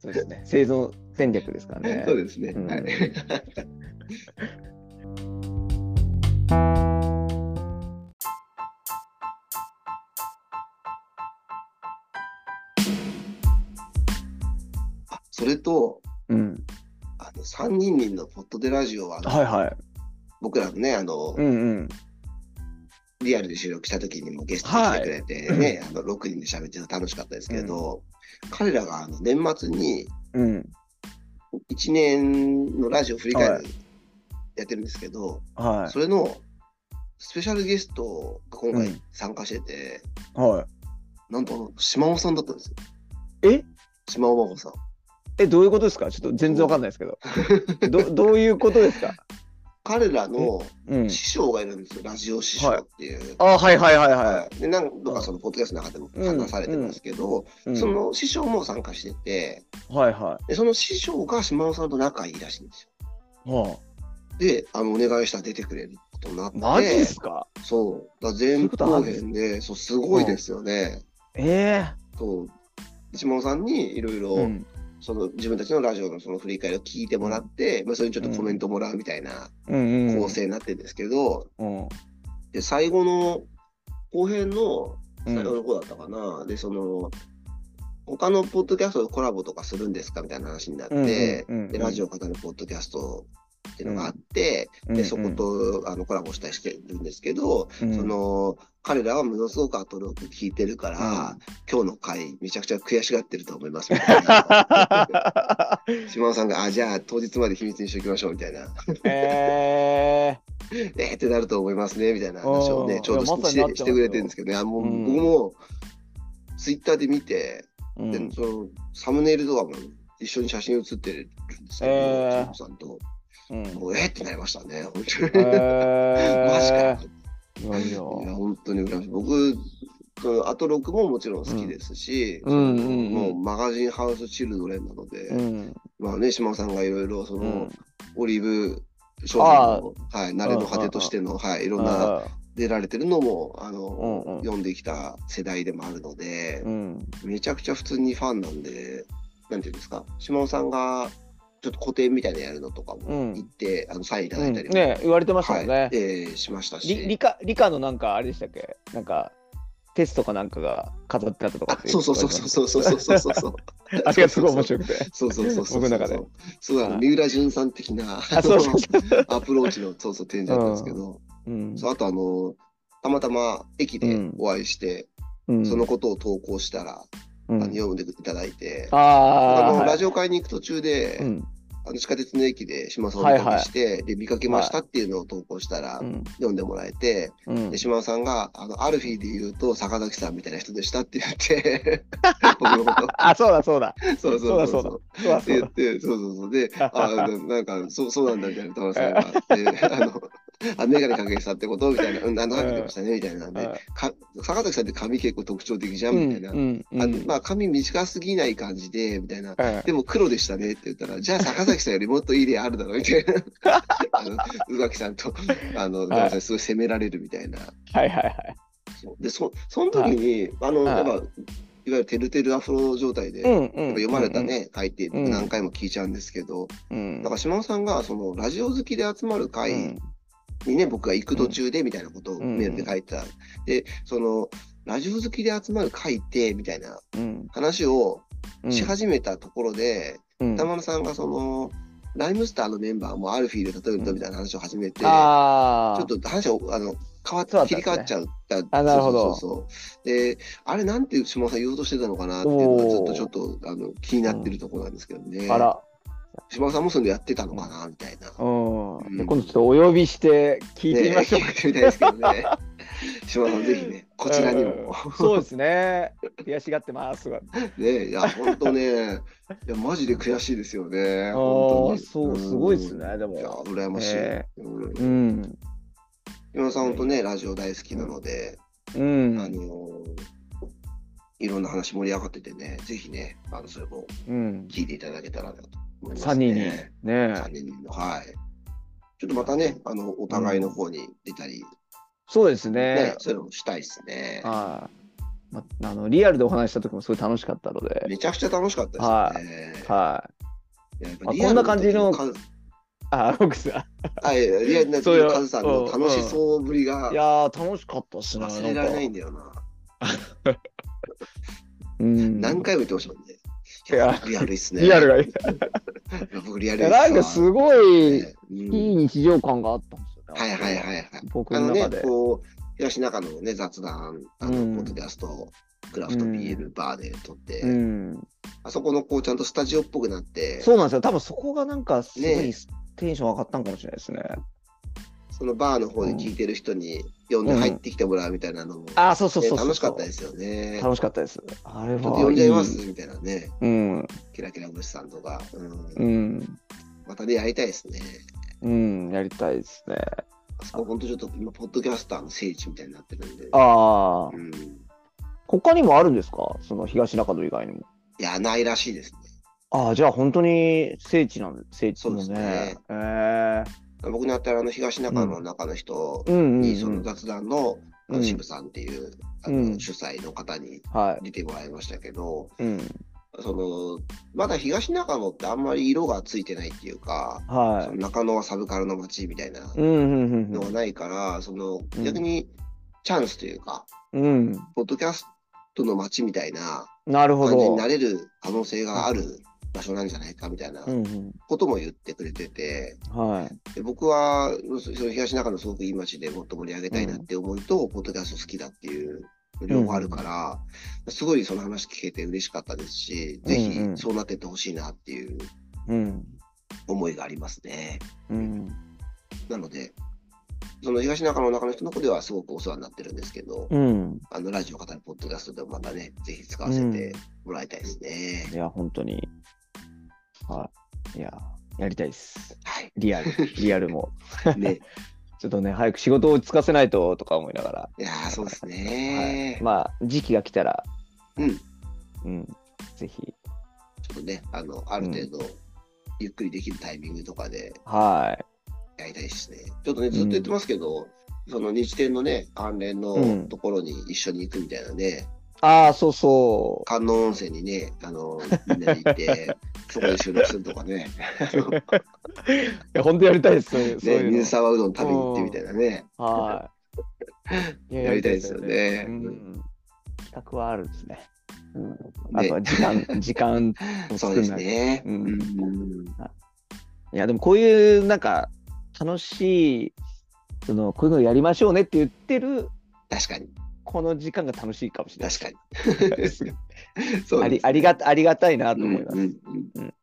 Speaker 2: そうですね。生存戦略ですからね。
Speaker 1: そうですね。
Speaker 2: うん
Speaker 1: はい。 あそれと、
Speaker 2: うん。
Speaker 1: あの三人人のポットでラジオは、あの
Speaker 2: はいはい。
Speaker 1: 僕らのね、あの、
Speaker 2: うんうん。
Speaker 1: リアルで収録した時にもゲストに来てくれてね、あの6人で喋って楽しかったですけど、彼らがあの年末に
Speaker 2: うん。
Speaker 1: 1年のラジオを振り返るやってるんですけど、
Speaker 2: は
Speaker 1: それのスペシャルゲストが今
Speaker 2: う
Speaker 1: 回
Speaker 2: ん
Speaker 1: 参加してて、
Speaker 2: い。は
Speaker 1: なんとあの島尾さんだったんですよ。
Speaker 2: い。え
Speaker 1: 島尾真帆さん。
Speaker 2: え、どういうことですかちょっと全然わかんないですけ ど。どどういうことですか
Speaker 1: 彼らの
Speaker 2: うん。
Speaker 1: 師匠がいるんですよ、ラジオ師匠っていう。
Speaker 2: あ、はいはいはいは
Speaker 1: で何度かそのポッドキャストの中でも話されてますけど、
Speaker 2: い。うん
Speaker 1: その師匠も参加してて
Speaker 2: はいは
Speaker 1: で、その師匠が島尾さんと仲いいらしいんですよ。
Speaker 2: い。は
Speaker 1: で、あのお願いしたら出てくれることになっ
Speaker 2: あ、
Speaker 1: て、
Speaker 2: マジっすか
Speaker 1: そう、だから前後編で、そうすごいですよね。
Speaker 2: え
Speaker 1: そう島尾さんにいろい
Speaker 2: え
Speaker 1: ろ、その自分たちのラジオのその振り返りを聞いてもらって、まあ、それにちょっとコメントもらうみたいな
Speaker 2: うんうん、
Speaker 1: 構成になってるんですけど、
Speaker 2: うん
Speaker 1: で最後の後編の
Speaker 2: うん
Speaker 1: 最後の方だったかな。で、その、他のポッドキャストとコラボとかするんですかみたいな話になって、
Speaker 2: うんうんうんうん
Speaker 1: でラジオ方のポッドキャストっていうのがあって、でそことあのコラボしたりしてるんですけど、
Speaker 2: うん
Speaker 1: その彼らはものすごくアトロック聞いてるから、今日の回めちゃくちゃ悔しがってると思いますみたい な島尾さんが「あじゃあ当日まで秘密にしておきましょう」みたいな
Speaker 2: え
Speaker 1: 「えっ?」ってなると思いますねみたいな話を
Speaker 2: う
Speaker 1: ね
Speaker 2: ん
Speaker 1: ちょうど
Speaker 2: いやまさ
Speaker 1: して
Speaker 2: になってます
Speaker 1: し
Speaker 2: よ
Speaker 1: てくれてるんですけどねあもう、
Speaker 2: うん
Speaker 1: 僕もツイッターで見て、
Speaker 2: ーうん
Speaker 1: でそのサムネイルとかも一緒に写真写ってるんですけど、
Speaker 2: えー
Speaker 1: 島尾さんと
Speaker 2: うん
Speaker 1: もうえっってなりましたね本当に。
Speaker 2: え
Speaker 1: マジかよ
Speaker 2: ーいやいや
Speaker 1: いや本当に羨ましい僕あと6ももちろん好きですし、
Speaker 2: うんうん
Speaker 1: も
Speaker 2: う
Speaker 1: うんマガジンハウスチルドレンなので、
Speaker 2: うん
Speaker 1: まあね島尾さんがいろいろその、
Speaker 2: うん
Speaker 1: オリーブ商品の、はい、慣れの果てとしての、はい、いろんな出られてるのもあの、
Speaker 2: うんうん
Speaker 1: 読んできた世代でもあるので
Speaker 2: う、ん
Speaker 1: めちゃくちゃ普通にファンなんでなんていうんですか島尾さんがちょっと個展みたいなのやるのとか
Speaker 2: う
Speaker 1: も
Speaker 2: ん
Speaker 1: 行って、あのサインいただ
Speaker 2: う
Speaker 1: い
Speaker 2: ん
Speaker 1: たりも、
Speaker 2: ね言われてました
Speaker 1: は
Speaker 2: も
Speaker 1: い
Speaker 2: んね
Speaker 1: えーしましたし。
Speaker 2: 理理科理科のなんかあれでしたっけなんかテストかなんかが飾ってあったとか
Speaker 1: あ
Speaker 2: ってい
Speaker 1: そうそうそうそうそうそうそうそうそう。
Speaker 2: あれがすごい面白くて
Speaker 1: そうそうそうそう。
Speaker 2: 僕の中で。
Speaker 1: そうなの、
Speaker 2: はい
Speaker 1: 三浦淳さん的な
Speaker 2: あそうそうそう
Speaker 1: アプローチのそうそう展示だったんですけど、
Speaker 2: うん
Speaker 1: そうあとあの、たまたま駅でお会いして、
Speaker 2: うん
Speaker 1: そのことを投稿したら、
Speaker 2: う
Speaker 1: あ
Speaker 2: ん
Speaker 1: の読んでいただいて、あ
Speaker 2: あ
Speaker 1: の
Speaker 2: ー
Speaker 1: ラジオ会に行く途中で、
Speaker 2: はいうん
Speaker 1: あの地下鉄の駅で島さんをお見かけして、で見かけましたっていうのを投稿したら、
Speaker 2: うん
Speaker 1: 読んでもらえて、
Speaker 2: うん
Speaker 1: で島尾さんがあのアルフィーで言うと坂崎さんみたいな人でしたって言 って、僕のこと
Speaker 2: あそうだそうだ
Speaker 1: そうそうそうそう。
Speaker 2: そうだ
Speaker 1: っ
Speaker 2: そう
Speaker 1: て
Speaker 2: だ
Speaker 1: 言って、そうそうそう。で、あななんか、そうそうなんだみたいな、田村さんが。 で、あの、あ、メガネかけてたってことみたいな、うん、あの、かけてましたね、みたいなんで、か坂崎さんって髪結構特徴的じゃん、みたいな。
Speaker 2: うんうん
Speaker 1: あ
Speaker 2: うん
Speaker 1: のまあ、髪短すぎない感じで、みたいな。
Speaker 2: うん
Speaker 1: でも黒でしたねって言ったら、じゃあ坂崎さんよりもっといい例あるだろうみたいな。 あの宇垣さんと、あの、田村さんすごい責められるみたいな。
Speaker 2: はいはいはい
Speaker 1: そうで、そその時に、あの、
Speaker 2: はい
Speaker 1: やっぱ、いわゆるてるてるアフロ状態で、
Speaker 2: うんうん
Speaker 1: やっぱ読まれたね、書いて
Speaker 2: うん
Speaker 1: 何回も聞いちゃうんですけど、
Speaker 2: うん
Speaker 1: だから島尾さんがそのラジオ好きで集まる会
Speaker 2: うん
Speaker 1: にね、僕が行く途中でみたいなことを
Speaker 2: うん
Speaker 1: メールで書いてた。で、そのラジオ好きで集まる会ってみたいな
Speaker 2: うん
Speaker 1: 話を
Speaker 2: うん
Speaker 1: し始めたところで、
Speaker 2: うん
Speaker 1: 玉野さんがそのライムスターのメンバーもアルフィーで例えるとみたいな話を始めて、ちょ
Speaker 2: あ
Speaker 1: っと話をあの変わっ
Speaker 2: そうだったんです
Speaker 1: 切り
Speaker 2: ね
Speaker 1: 替わっちゃった。
Speaker 2: あなるほど
Speaker 1: そうそうそうで、あれなんて島尾さん言おうとしてたのかなっていうのがずっとちょっとあの気になってるところなんですけどね。
Speaker 2: あら
Speaker 1: 島尾さんもそういうのやってたのかなみたいな。
Speaker 2: うん
Speaker 1: うん
Speaker 2: で今度ちょっとお呼びして聞いてみましょう
Speaker 1: ね聞いてみたいですけど ね。島田さん、ぜひね、こちらにも。
Speaker 2: うんそうですね悔しがってますとか
Speaker 1: ねいや、本当ね、いや、マジで悔しいですよね。本
Speaker 2: あ
Speaker 1: 当
Speaker 2: ー
Speaker 1: に
Speaker 2: そう、
Speaker 1: ん
Speaker 2: すごいですね、で
Speaker 1: いや、
Speaker 2: も。
Speaker 1: 羨ましい。
Speaker 2: え
Speaker 1: うん
Speaker 2: うん。
Speaker 1: 島田さん、本当ね、ラジオ大好きなので、
Speaker 2: う
Speaker 1: あの
Speaker 2: ん。
Speaker 1: ーいろんな話盛り上がっててね、ぜひね、あのそれも
Speaker 2: うん。
Speaker 1: 聞いていただけたらなと思います、ね。
Speaker 2: サニーに。ねえ
Speaker 1: 3人の、はい。ちょっとまたね、あのお互いの方に出たり、
Speaker 2: そうです
Speaker 1: ね
Speaker 2: ね、。
Speaker 1: そういうのもしたいですね。
Speaker 2: はい。まあの、リアルでお話しした時もすごい楽しかったので。
Speaker 1: めちゃくちゃ楽しかったですよね。
Speaker 2: は
Speaker 1: い
Speaker 2: い。
Speaker 1: ややっぱ
Speaker 2: あ
Speaker 1: リアル
Speaker 2: こんな感じの
Speaker 1: 時カズ
Speaker 2: あ、僕さ。
Speaker 1: あ、いやいやリアルな時
Speaker 2: そう
Speaker 1: の
Speaker 2: よ
Speaker 1: カズさんの楽しそうぶりが
Speaker 2: いやー、楽しかったっすね。
Speaker 1: 忘れられない
Speaker 2: んか
Speaker 1: んだよな。
Speaker 2: うん。
Speaker 1: 何回も言ってましたもんね。い
Speaker 2: いや
Speaker 1: や、リアルいっすね。
Speaker 2: リアルがいい。
Speaker 1: 僕リア
Speaker 2: い
Speaker 1: ル
Speaker 2: や
Speaker 1: っ
Speaker 2: なんか
Speaker 1: す
Speaker 2: す
Speaker 1: わ
Speaker 2: ごい、い
Speaker 1: ねうん
Speaker 2: い日常感があったんですよね。。
Speaker 1: はいはいはいいはい。
Speaker 2: 僕
Speaker 1: あ
Speaker 2: の
Speaker 1: の
Speaker 2: 中
Speaker 1: ね
Speaker 2: で、。
Speaker 1: こう、東中野のね、雑談、あの、
Speaker 2: うん
Speaker 1: ポッドキャスト、クラフト
Speaker 2: うん
Speaker 1: BL バーで撮って、
Speaker 2: うん。
Speaker 1: あそこのこう、ちゃんとスタジオっぽくなって、
Speaker 2: そうなんですよ。多分そこがなんか、すご
Speaker 1: ね
Speaker 2: いテンション上がったんかもしれないですね。
Speaker 1: そのバーの方で聞いてる人に呼んで入ってきてもらうみたいなのも、
Speaker 2: あー、そうそう
Speaker 1: ね
Speaker 2: そうそう。
Speaker 1: 楽しかったですよね。
Speaker 2: 楽しかったです。あれは。
Speaker 1: ちょっと呼んじゃいますみたいなね、
Speaker 2: うん、
Speaker 1: キラキラ星さんとか、うん
Speaker 2: うん、
Speaker 1: またね、やりたいですね。
Speaker 2: うん、やりたいですね。
Speaker 1: あそこ、本当ちょっと今、ポッドキャスターの聖地みたいになってるんで。
Speaker 2: ああ
Speaker 1: う、ん、い
Speaker 2: 他にもあるんですかその東中野以外にも。
Speaker 1: や、ないらしいですね。
Speaker 2: ああ、じゃあ本当に聖地なんで、聖地
Speaker 1: そうで
Speaker 2: の
Speaker 1: す
Speaker 2: ね
Speaker 1: ね。
Speaker 2: ええ
Speaker 1: 僕のやったら、あの東中野の中の人
Speaker 2: うんうん、う
Speaker 1: に、その
Speaker 2: ん。
Speaker 1: 雑談のあ
Speaker 2: う
Speaker 1: の
Speaker 2: ん
Speaker 1: 渋さんっていう、あ
Speaker 2: う
Speaker 1: の
Speaker 2: ん
Speaker 1: 主催の方に
Speaker 2: は
Speaker 1: 出てもらいましたけど、
Speaker 2: い。うん。
Speaker 1: そのまだ東中野ってあんまり色がついてないっていうか、
Speaker 2: は。
Speaker 1: その中野はサブカルの街みたいない
Speaker 2: うん、うん、うん
Speaker 1: のがないから、その
Speaker 2: うん
Speaker 1: 逆にチャンスというか、
Speaker 2: うん。
Speaker 1: ポッドキャストの街みたいな
Speaker 2: なるほ
Speaker 1: 感じに
Speaker 2: ど
Speaker 1: な。れる可能性がある場所なんじゃないかみたいな
Speaker 2: うんうん。
Speaker 1: ことも言ってくれてて、
Speaker 2: はい。
Speaker 1: で僕はその東中野すごくいい街でもっと盛り上げたいなって思いと、ポッドキャスト好きだっていう両方あるから、すごいその話聞けて嬉しかったですし、ぜひ
Speaker 2: うんうん
Speaker 1: そうなってってほしいなっていう
Speaker 2: うん。
Speaker 1: 思いがありますね。
Speaker 2: うん。
Speaker 1: なので、その東中野の中の人の子ではすごくお世話になってるんですけど、
Speaker 2: うん。
Speaker 1: あのラジオ語るポッドキャストでもまたね、ぜひ使わせてもらいたいですね。
Speaker 2: いや、本当に。はい。いや、やりたいです。
Speaker 1: はい。
Speaker 2: リア ル。リアルも。
Speaker 1: ね、
Speaker 2: ちょっとね、早く仕事を落ち着かせないととか思いながら。
Speaker 1: いやーそうです
Speaker 2: は
Speaker 1: ね
Speaker 2: い、、まあ、時期が来たら、
Speaker 1: うん。
Speaker 2: うん。ぜひ。
Speaker 1: ちょっとね、あの、ある程度、ゆっくりできるタイミングとかで
Speaker 2: は
Speaker 1: やりたいですね。ちょっとね、ずっと言ってますけど、その日展のね、関連
Speaker 2: うん
Speaker 1: のところに一緒に行くみたいなね、
Speaker 2: い。ああ、そうそ
Speaker 1: 観音温泉にね、あの、みんなで行 って、そこで収録するとかね、
Speaker 2: う。いや、本当やりたいです。そういうそう
Speaker 1: ね、
Speaker 2: いうの
Speaker 1: 水沢うどん食べに行ってみたいなね。
Speaker 2: はい。
Speaker 1: やりたいですよね
Speaker 2: うん企画はあるんですね。うん、あ
Speaker 1: ね
Speaker 2: とは時 間、時間を
Speaker 1: そう
Speaker 2: 作
Speaker 1: で
Speaker 2: ん
Speaker 1: す
Speaker 2: ない。
Speaker 1: ね。
Speaker 2: うん
Speaker 1: うん
Speaker 2: いや、でもこういう、なんか、楽しい、その、こういうのやりましょうねって言ってる、
Speaker 1: 確かに、
Speaker 2: この時間が楽しいかもしれない。
Speaker 1: 確かに。
Speaker 2: すごい
Speaker 1: そう
Speaker 2: あ
Speaker 1: で
Speaker 2: り
Speaker 1: す
Speaker 2: ありがありがたいなと思います。
Speaker 1: うんうんうん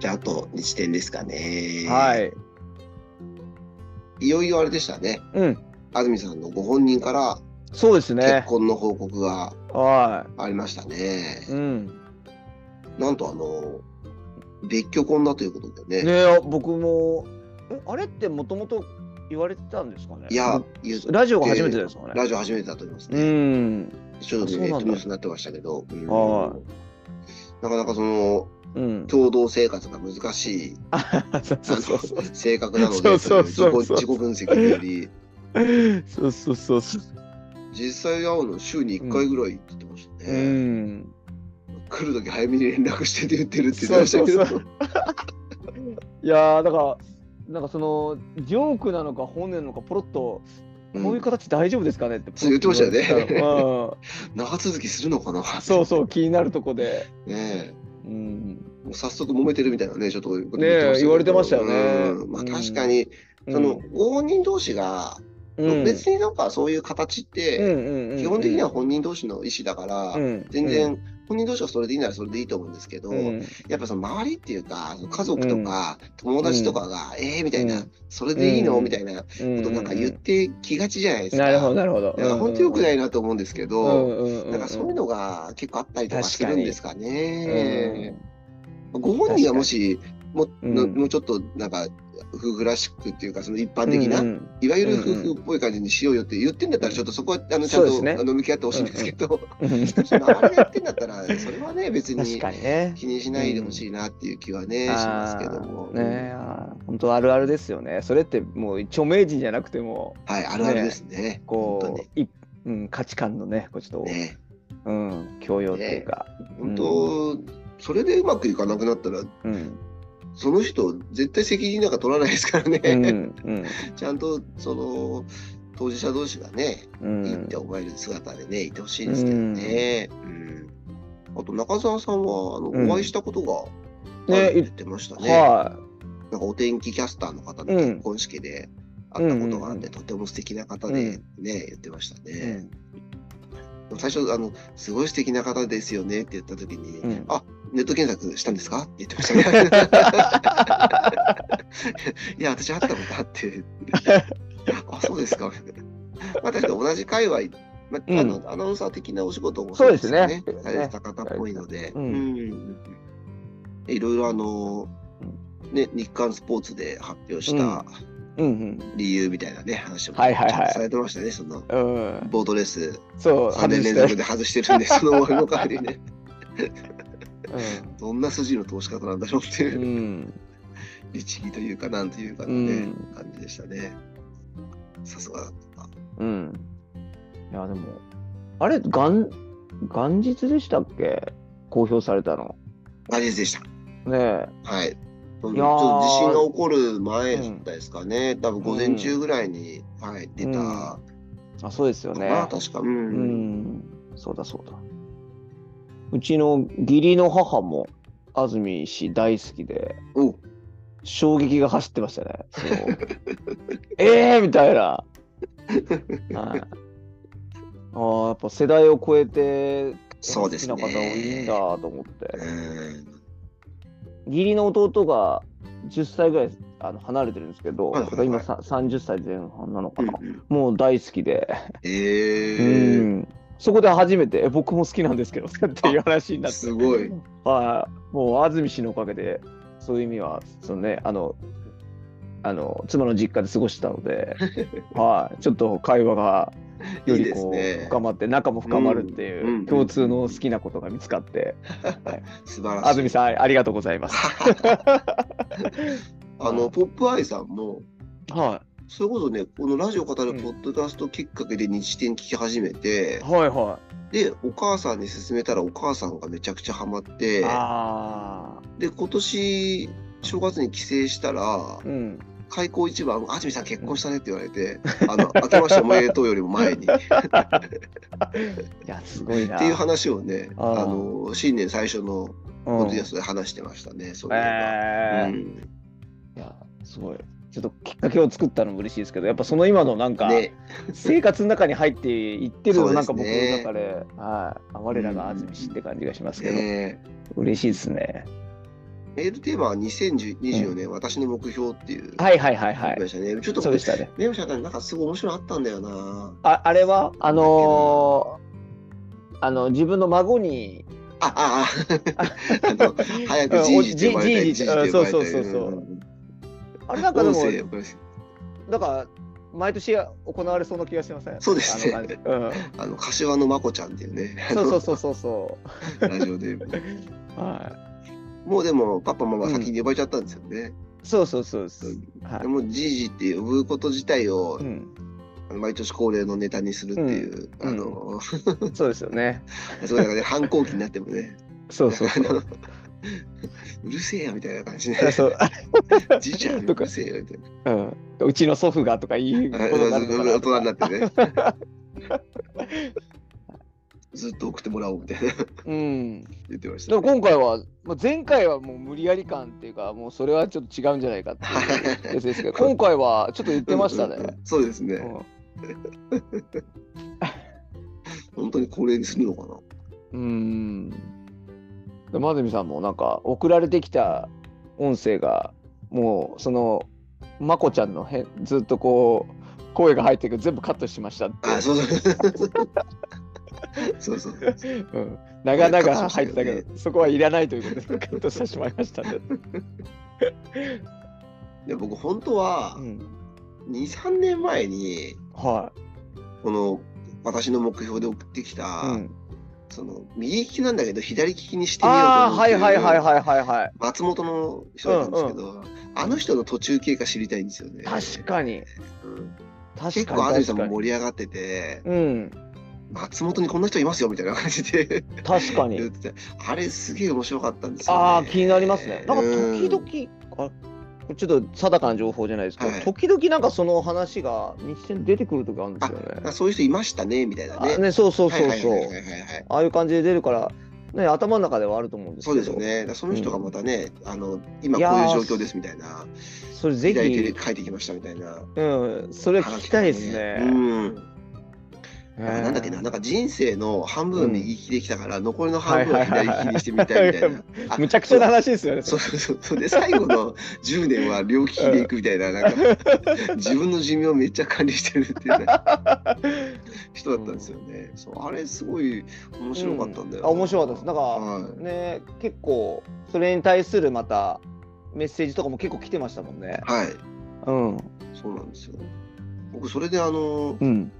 Speaker 1: じゃあ、あと日展ですかね。
Speaker 2: は。い。
Speaker 1: いよいよあれでしたね。
Speaker 2: うん。
Speaker 1: 安住さんのご本人から
Speaker 2: そうですね
Speaker 1: 結。婚の報告が
Speaker 2: は
Speaker 1: ありましたね。
Speaker 2: い。うん。
Speaker 1: なんとあの、別居婚だということでね。
Speaker 2: ねあ僕も、えあれってもともと言われてたんですかね
Speaker 1: いや、言う
Speaker 2: ラジオが初めてですかね。
Speaker 1: ラジオ初めてだと思います
Speaker 2: う
Speaker 1: ね。
Speaker 2: ん。
Speaker 1: ちょっと
Speaker 2: あそう
Speaker 1: ね、
Speaker 2: なんだ
Speaker 1: ニュースになってましたけど。うん
Speaker 2: は
Speaker 1: なかなかその
Speaker 2: うん。
Speaker 1: 共同生活が難しい
Speaker 2: そう
Speaker 1: あ
Speaker 2: そうそうそう
Speaker 1: の性格なので
Speaker 2: そうそうそうそう
Speaker 1: という自己自己分析により
Speaker 2: そうそうそうそう。
Speaker 1: 実際会うの週に1回ぐらいって言ってました
Speaker 2: う
Speaker 1: ね、
Speaker 2: ん。
Speaker 1: 来る時早めに連絡してって言ってるって言ってましたけ
Speaker 2: そ
Speaker 1: ど
Speaker 2: うそういやーだから。なんかそのジョークなのか本音なのかポロッとこういう形大丈夫ですかねって
Speaker 1: そう言ってましたよね
Speaker 2: よ
Speaker 1: うん
Speaker 2: ね。
Speaker 1: 長続きするのかな
Speaker 2: うん、そうそう気になるとこで。
Speaker 1: ね
Speaker 2: うん
Speaker 1: えもう早速揉めてるみたいなねちょっとこと
Speaker 2: ねえ言われてましたよね
Speaker 1: うんまあ
Speaker 2: うん
Speaker 1: 確かに、そのご本人同士が、
Speaker 2: うん
Speaker 1: 別になんかそういう形っ
Speaker 2: うん
Speaker 1: て、
Speaker 2: うんうん
Speaker 1: 基本的には本人同士の意思だから、
Speaker 2: うん
Speaker 1: 全然本人同士がそれでいいならそれでいいと思うんですけど、
Speaker 2: うん
Speaker 1: やっぱその周りっていうか、家族とか友達とかが、えーみたいな、
Speaker 2: うん
Speaker 1: それでいいの、
Speaker 2: うん
Speaker 1: みたいなこ
Speaker 2: う
Speaker 1: と
Speaker 2: ん
Speaker 1: なんか言ってきがちじゃないですか。
Speaker 2: なるほどなるほど。
Speaker 1: なんか本当良くないいなと思うんですけど、なんかそういうのが結構あったりとかするんですかね。ご本人がもし、もう
Speaker 2: うん
Speaker 1: もうちょっとなんか夫婦らしくっていうか、その一般的な、
Speaker 2: うん
Speaker 1: いわゆる夫婦っぽい感じにしようよって言ってんだったら、ちょっとそこはあのちゃ
Speaker 2: そ
Speaker 1: ん
Speaker 2: うで
Speaker 1: と、
Speaker 2: すね
Speaker 1: あの向き合ってほしいんですけ ど、
Speaker 2: うんうん
Speaker 1: その周りがやってんだったら、それはね、別
Speaker 2: 確
Speaker 1: に
Speaker 2: かにね。
Speaker 1: 気にしないでほしいなっていう気はね、しますけども。
Speaker 2: あーねあー本当あるあるですよね。それってもう著名人じゃなくても
Speaker 1: はい、あるあるですね。本
Speaker 2: こうい、うん、価値観のねこうちょっ
Speaker 1: 当
Speaker 2: と、
Speaker 1: にね。
Speaker 2: うん、教養っていうか、
Speaker 1: 本当、それでうまくいかなくなったら、
Speaker 2: うん
Speaker 1: その人、絶対責任なんか取らないですからね。
Speaker 2: うんうん
Speaker 1: ちゃんと、その、当事者同士がね、
Speaker 2: う
Speaker 1: いいっ
Speaker 2: ん
Speaker 1: て、思える姿でね、いてほしいですけどね。うんあと、中澤さんは、あの、
Speaker 2: うん
Speaker 1: お会いしたことが、
Speaker 2: ね
Speaker 1: ね、言ってましたね。
Speaker 2: は
Speaker 1: なんかお天気キャスターの方の結婚式で会ったことがあって、とても素敵な方でね、言ってました
Speaker 2: い、
Speaker 1: ね。最初あの、すごい素敵な方ですよねって言った時に、
Speaker 2: うん
Speaker 1: あネット検索したんですかって言ってま したね。 いや、私会ったことあって、あ、そうですか。みたいなまあ、確か同じ界隈、まああのアナウンサー的なお仕事も
Speaker 2: そうですね
Speaker 1: そうですよされてた方っぽいので、
Speaker 2: うん
Speaker 1: うんいろいろあの、ね、日刊スポーツで発表した
Speaker 2: うん
Speaker 1: 理由みたいなね、話もち
Speaker 2: は
Speaker 1: ゃ
Speaker 2: い
Speaker 1: ん
Speaker 2: はいはい
Speaker 1: とされてましたね、その
Speaker 2: うんうん
Speaker 1: ボートレース
Speaker 2: そう
Speaker 1: 3
Speaker 2: 外
Speaker 1: 年
Speaker 2: し
Speaker 1: 連
Speaker 2: て
Speaker 1: 続で外してるんで、その終わりの代わりにね、
Speaker 2: う
Speaker 1: どんな筋の通し方なんだろうってい
Speaker 2: ん
Speaker 1: う、
Speaker 2: うん
Speaker 1: 律儀というか、なんというかのね、感じでしたね。さすがだった。
Speaker 2: うんいやでもあれ元元日でしたっけ公表されたの
Speaker 1: ガジェズでした。
Speaker 2: ね
Speaker 1: はい。ちょっと
Speaker 2: い
Speaker 1: 地
Speaker 2: やー
Speaker 1: 震が起こる前だったですかね、多分午前中ぐらいに、はい、出た
Speaker 2: うん
Speaker 1: か
Speaker 2: あそうですよね。
Speaker 1: な、確か。う。
Speaker 2: うんん、そうだそうだ。うちの義理の母も安住氏大好きで、
Speaker 1: お
Speaker 2: 衝撃が走ってましたね。そ のえーみたいな。はい、ああー、やっぱ世代を超えて、
Speaker 1: そうですね
Speaker 2: 好きな方多いんだと思って。
Speaker 1: うん
Speaker 2: 義理の弟が10歳ぐらいあの離れてるんですけど、
Speaker 1: はいはいはい
Speaker 2: それが今さ30歳前半なのか
Speaker 1: うんう
Speaker 2: な、
Speaker 1: ん
Speaker 2: もう大好きで、
Speaker 1: え
Speaker 2: う
Speaker 1: ー、
Speaker 2: んそこで初めてえ僕も好きなんですけどっていう話になって
Speaker 1: すごい。
Speaker 2: はいもう安住氏のおかげでそういう意味はそのねあのあの妻の実家で過ごしてた ので、はい、ちょっと会話がよりこ
Speaker 1: い
Speaker 2: う
Speaker 1: いですね
Speaker 2: 深まって仲も深まるってい
Speaker 1: うんう
Speaker 2: うん共通の好きなことが見つかって、
Speaker 1: 素晴ら
Speaker 2: 安
Speaker 1: しい。
Speaker 2: 住さんありがとうございます。
Speaker 1: あの、ポップアイさんも、
Speaker 2: は
Speaker 1: それこそね、このラジオ語るポッドキャストきっかけで日展聞き始めて
Speaker 2: い、はいはい。
Speaker 1: で、お母さんに勧めたらお母さんがめちゃくちゃハマって、
Speaker 2: あ
Speaker 1: で、今年、正月に帰省したら
Speaker 2: あ、、うん。
Speaker 1: 開口一番、あ安住さん結婚したねって言われて、あの、明けましておめでとうよりも前 に、っ
Speaker 2: いや、すごいな。
Speaker 1: ていう話をね、
Speaker 2: あー
Speaker 1: あの、新年最初のポッドキャストで話してましたね、そう
Speaker 2: うん
Speaker 1: いえば
Speaker 2: え
Speaker 1: う
Speaker 2: ー
Speaker 1: ん
Speaker 2: いや、すごい。ちょっときっかけを作ったのも嬉しいですけど、やっぱその今のなんか、
Speaker 1: ね、
Speaker 2: 生活の中に入っていってるの、
Speaker 1: そうで
Speaker 2: なん
Speaker 1: す
Speaker 2: か僕
Speaker 1: ね
Speaker 2: の中で、はい、あ我らが安住氏って感じがしますけど、
Speaker 1: ね
Speaker 2: 嬉しいですね。
Speaker 1: メールテーマは2024年、私の目標っていう、
Speaker 2: はいはいはいは
Speaker 1: ありま
Speaker 2: い。
Speaker 1: したね。ちょっと
Speaker 2: そうでしたね。
Speaker 1: メモしたらなんかすごい面白いのあったんだよな。
Speaker 2: ああれは、あのーあの自分の孫に、
Speaker 1: ああああの早くじいじって呼ばれた
Speaker 2: う
Speaker 1: り
Speaker 2: んじ
Speaker 1: じ
Speaker 2: い
Speaker 1: いじ
Speaker 2: じっ
Speaker 1: っ
Speaker 2: て
Speaker 1: て呼ばれた
Speaker 2: うん
Speaker 1: り
Speaker 2: そうそうそうそうん
Speaker 1: ん
Speaker 2: あれなんかでも
Speaker 1: 音、声これ
Speaker 2: なんか毎年行われそうな気がしません
Speaker 1: そうですね
Speaker 2: あの感じうん、
Speaker 1: あの柏のまこちゃんっていうね
Speaker 2: そうそうそうそうそ
Speaker 1: あのラジオで
Speaker 2: う。はい
Speaker 1: もうでもパパママ先に呼ばれちゃったんですよね、
Speaker 2: そうそうそうです。は
Speaker 1: で
Speaker 2: い。
Speaker 1: もじいじって呼ぶこと自体を
Speaker 2: う、ん、
Speaker 1: あの毎年恒例のネタにするっていう、
Speaker 2: うん
Speaker 1: あの、
Speaker 2: そうですよね。
Speaker 1: そうだからね反抗期になってもね
Speaker 2: そうそうそう。
Speaker 1: うるせえよみたいな感じで、
Speaker 2: あそう、
Speaker 1: じいちゃんう
Speaker 2: とか
Speaker 1: るせえよみたいな
Speaker 2: うん、うちの祖父がとか言うこ
Speaker 1: あ
Speaker 2: とになるの
Speaker 1: 大
Speaker 2: か なと
Speaker 1: 人
Speaker 2: か
Speaker 1: になってね ずっと送ってもらおうみたいな
Speaker 2: うん。で
Speaker 1: 言ってました、
Speaker 2: も今回は、まあ、前回はもう無理やり感っていうか、もうそれはちょっと違うんじゃないかっていうやつですけど、今回はちょっと言ってましたね
Speaker 1: うんう。んうんそうですね、本当に恒例にするのかな
Speaker 2: うん。で、まずみさんもなんか送られてきた音声が、もうその、まこちゃんのへずっとこう、声が入ってくる全部カットしましたって。
Speaker 1: あそうそう そうそうそう
Speaker 2: うん、長々入ってたけど、そこはいらないということで、カットしてしまいましたね。
Speaker 1: で僕本当は
Speaker 2: うん、
Speaker 1: 23年前に
Speaker 2: は
Speaker 1: この私の目標で送ってき
Speaker 2: い。
Speaker 1: た、
Speaker 2: うん、
Speaker 1: その右利きなんだけど左利きにしてみようと
Speaker 2: ああ、
Speaker 1: 思っ
Speaker 2: は
Speaker 1: て
Speaker 2: い
Speaker 1: る
Speaker 2: はいはいはいはいはい。
Speaker 1: 松本の人なんですけど、あの人の途中経過知りたいんですよね
Speaker 2: 確かに。
Speaker 1: うん
Speaker 2: 確
Speaker 1: 結
Speaker 2: か
Speaker 1: 構安住
Speaker 2: に。
Speaker 1: さ
Speaker 2: 確
Speaker 1: ん
Speaker 2: か
Speaker 1: も
Speaker 2: に
Speaker 1: 盛り上がってて
Speaker 2: うん、
Speaker 1: 松本にこんな人いますよみたいな感じで
Speaker 2: 確か
Speaker 1: 言っ
Speaker 2: に。
Speaker 1: ててあれすげえ面白かったんですよ、ね、
Speaker 2: ああ、気になりますね。なんか
Speaker 1: うん
Speaker 2: 時々、あちょっと定かな情報じゃないですけど、
Speaker 1: はい
Speaker 2: 時々なんかその話が日常に出てくる時あるんですよね
Speaker 1: あ。そういう人いましたねみたいな
Speaker 2: あ
Speaker 1: ね。
Speaker 2: ねそうそうそう
Speaker 1: はい
Speaker 2: そ
Speaker 1: はいは
Speaker 2: う。
Speaker 1: いはいはい。
Speaker 2: ああいう感じで出るから、ね、頭の中ではあると思うんです
Speaker 1: そ
Speaker 2: け
Speaker 1: う
Speaker 2: ど。
Speaker 1: ですよね。だからその人がまたね、あの今
Speaker 2: いや
Speaker 1: こう
Speaker 2: ー
Speaker 1: いう状況ですみたいな、
Speaker 2: それぜ
Speaker 1: 左手
Speaker 2: ひ
Speaker 1: で、書いてきましたみたいな。
Speaker 2: うん、それ聞きたいですね。
Speaker 1: うん。
Speaker 2: ね
Speaker 1: なんだっけな、なんか人生の半分は右利きできたから、残りの
Speaker 2: はい
Speaker 1: 半分
Speaker 2: は
Speaker 1: はい
Speaker 2: はい
Speaker 1: 左利きにしてみたいみたいな。あ
Speaker 2: むちゃくちゃな話ですよね。
Speaker 1: そうそうそうそうで最後の10年は両利きでいくみたいななんか 自分の寿命をめっちゃ管理してるっていうね、人だったんですよね。そうあれすごい面白かったんだよな、
Speaker 2: うんあ面白かったですなんか
Speaker 1: はい
Speaker 2: ね、結構それに対するまたメッセージとかも結構来てましたもんね。
Speaker 1: はい、
Speaker 2: うん、
Speaker 1: そうなんですよ。僕それであの
Speaker 2: うん、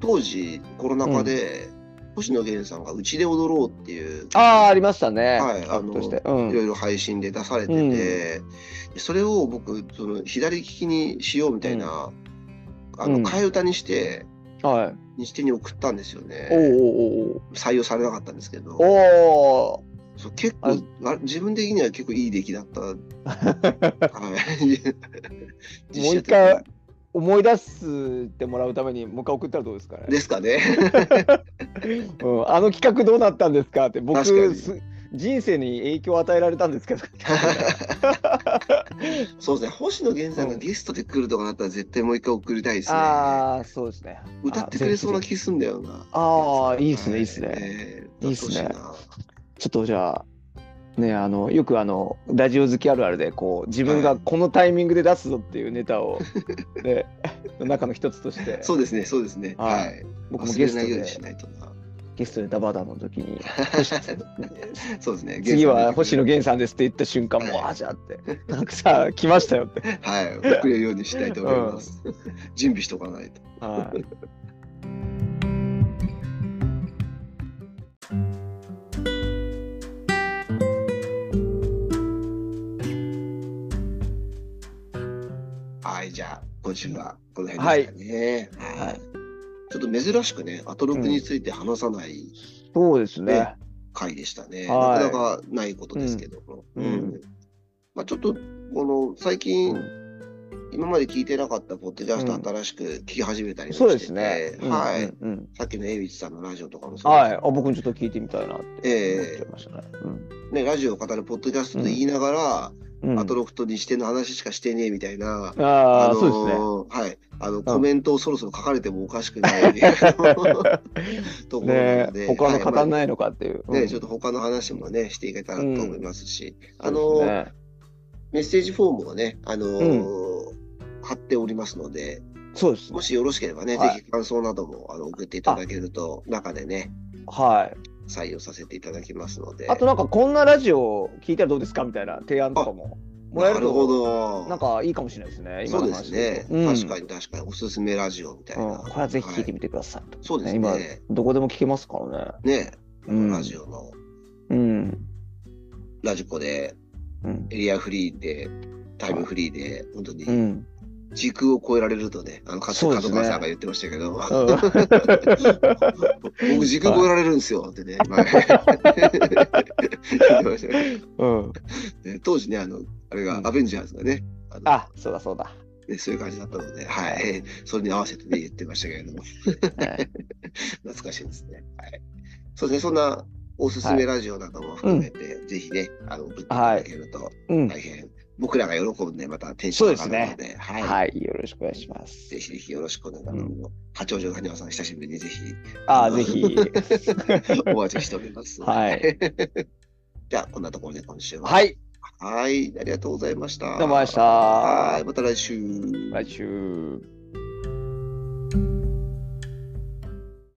Speaker 1: 当時コロナ禍で、星野源さんが「うちで踊ろう」っていう
Speaker 2: ああありましたね。
Speaker 1: はい
Speaker 2: アップとして、う
Speaker 1: いろ
Speaker 2: ん、
Speaker 1: いろ配信で出されてて、それを僕その左利きにしようみたいな、あ
Speaker 2: う
Speaker 1: の
Speaker 2: ん
Speaker 1: 替え歌にして
Speaker 2: はい。
Speaker 1: 日テレに送ったんですよ
Speaker 2: おう
Speaker 1: ね。
Speaker 2: おう
Speaker 1: 採用されなかったんですけど
Speaker 2: おうおうお
Speaker 1: そう結構あ自分的には結構いい出来だ った。はい
Speaker 2: もう一回。思い出してもらうためにもう一回送ったらどうですかね。
Speaker 1: ですか ね。
Speaker 2: うん、あの企画どうなったんですかって僕
Speaker 1: 確かに
Speaker 2: す人生に影響を与えられた んですけど
Speaker 1: そうですね。星野源さんがゲストで来るとかなったら絶対もう一回送りたいですね。
Speaker 2: ああそうですね
Speaker 1: 歌ってくれそうな
Speaker 2: あぜひぜひ
Speaker 1: 気すんだよな。
Speaker 2: あーいいっすねいいっすね
Speaker 1: ね
Speaker 2: いいっすねちょっとじゃあねあのよくあのラジオ好きあるあるでこう自分がこのタイミングで出すぞっていうネタ を、ねの中の一つとして
Speaker 1: そうですね、そうですね。
Speaker 2: はい
Speaker 1: はい。
Speaker 2: 僕も
Speaker 1: 忘
Speaker 2: ゲ
Speaker 1: れ
Speaker 2: ス
Speaker 1: な
Speaker 2: ト
Speaker 1: いよう
Speaker 2: で
Speaker 1: にしないとな。
Speaker 2: ゲストでダバダの 時に
Speaker 1: そうですね。
Speaker 2: 次は
Speaker 1: ゲス
Speaker 2: 星
Speaker 1: ト
Speaker 2: 野
Speaker 1: に
Speaker 2: 源さんですって言った瞬間もうあーじゃあ ってなんかさ来ましたよって。
Speaker 1: はい。送れるようにしたいと思い ます。準備しとかないと。
Speaker 2: はい
Speaker 1: はい、じゃあ、今週はこの辺ですかね。
Speaker 2: はい
Speaker 1: はいちょっと珍しくね、アトロクについて話さない
Speaker 2: そうですね
Speaker 1: ね。回でしたね。
Speaker 2: はい
Speaker 1: なかなかないことですけども。
Speaker 2: うんうん
Speaker 1: まあ、ちょっと、この、最近、今まで聞いてなかったポッドキャス
Speaker 2: うん
Speaker 1: ト新しく聞き始めたりもして
Speaker 2: そ
Speaker 1: て、
Speaker 2: うですね。
Speaker 1: はい、
Speaker 2: うんうんうん
Speaker 1: さっきの江口さんのラジオとかもそう
Speaker 2: はい。
Speaker 1: で
Speaker 2: あ、僕もちょっと聞いてみたいなって思っちゃいましたね。
Speaker 1: す、ね、ラジオを語るポッドキャストと言いながら、
Speaker 2: うんうん
Speaker 1: アトロクと日テの話しかしてねえみたいな、
Speaker 2: ああ、
Speaker 1: のー
Speaker 2: そうですね。
Speaker 1: はい。あの、コメントをそろそろ書かれてもおかしくない、あの ところなの
Speaker 2: ね
Speaker 1: で、
Speaker 2: 他の語
Speaker 1: は
Speaker 2: ら
Speaker 1: いま
Speaker 2: ないのかっていう。
Speaker 1: あね、ちょっ
Speaker 2: と、
Speaker 1: と他の話もね、していけたらと思いますし、あの
Speaker 2: そうです
Speaker 1: ー、
Speaker 2: ね
Speaker 1: メッセージフォームをね、あのー貼っておりますので、
Speaker 2: そうですね
Speaker 1: も。しよろしければね、
Speaker 2: はい
Speaker 1: ぜひ感想などもあの送っていただけると、中でね、
Speaker 2: はい。
Speaker 1: 採用させていただきますので。
Speaker 2: あとなんか、こんなラジオ聞いたらどうですかみたいな提案とかももらえ
Speaker 1: な
Speaker 2: る
Speaker 1: るほ
Speaker 2: と、
Speaker 1: ど。
Speaker 2: なんかいいかもしれないですね。
Speaker 1: そ
Speaker 2: 今
Speaker 1: う
Speaker 2: の
Speaker 1: で
Speaker 2: 話
Speaker 1: すね、
Speaker 2: うん
Speaker 1: 確かに確かに、おすすめラジオみたいな。
Speaker 2: うんこれはぜひ聞いて
Speaker 1: は
Speaker 2: みてくださいと。
Speaker 1: そうです
Speaker 2: 今
Speaker 1: ね、
Speaker 2: どこでも聞けますから
Speaker 1: い。ね、
Speaker 2: うん
Speaker 1: ラジオの
Speaker 2: ね。うん。
Speaker 1: ラジコで、
Speaker 2: うん。
Speaker 1: エリアフリーで、タイムフリーで、本当
Speaker 2: う
Speaker 1: に
Speaker 2: ん。
Speaker 1: 時空を超えられるとね、あの、かつ
Speaker 2: そう
Speaker 1: て
Speaker 2: です
Speaker 1: 角
Speaker 2: ね
Speaker 1: 川さんが言ってましたけど、
Speaker 2: うん
Speaker 1: 僕時空超えられるんですよってね、 前言ってましたけ
Speaker 2: う
Speaker 1: ど
Speaker 2: ん。
Speaker 1: ね当時ね、あの、あれが
Speaker 2: うん
Speaker 1: アベンジャーズがね、あの
Speaker 2: あ、そうだそうだ。
Speaker 1: ねそういう感じだったので、はい、 それに合わせてね、言ってましたけれども、
Speaker 2: はい
Speaker 1: 懐かしいですね。はい。そうですね、そんなおすすめラジオなども含めて、ぜひね、あの、送っていただけると
Speaker 2: うん。
Speaker 1: 大変、僕らが喜ぶね、またテンション上がるので、はい。
Speaker 2: はい。よろしくお願いします。
Speaker 1: ぜひぜひよろしくお願いします。
Speaker 2: う
Speaker 1: 八王子の羽生さん、久しぶりにぜ ひ
Speaker 2: ああ、ぜひ。
Speaker 1: お待ちしております。
Speaker 2: はい。
Speaker 1: じゃあ、こんなところで今週 は。
Speaker 2: はい。
Speaker 1: はい。ありがとうございました。
Speaker 2: どうもありがとうございました
Speaker 1: はい。また来週。
Speaker 2: 来週。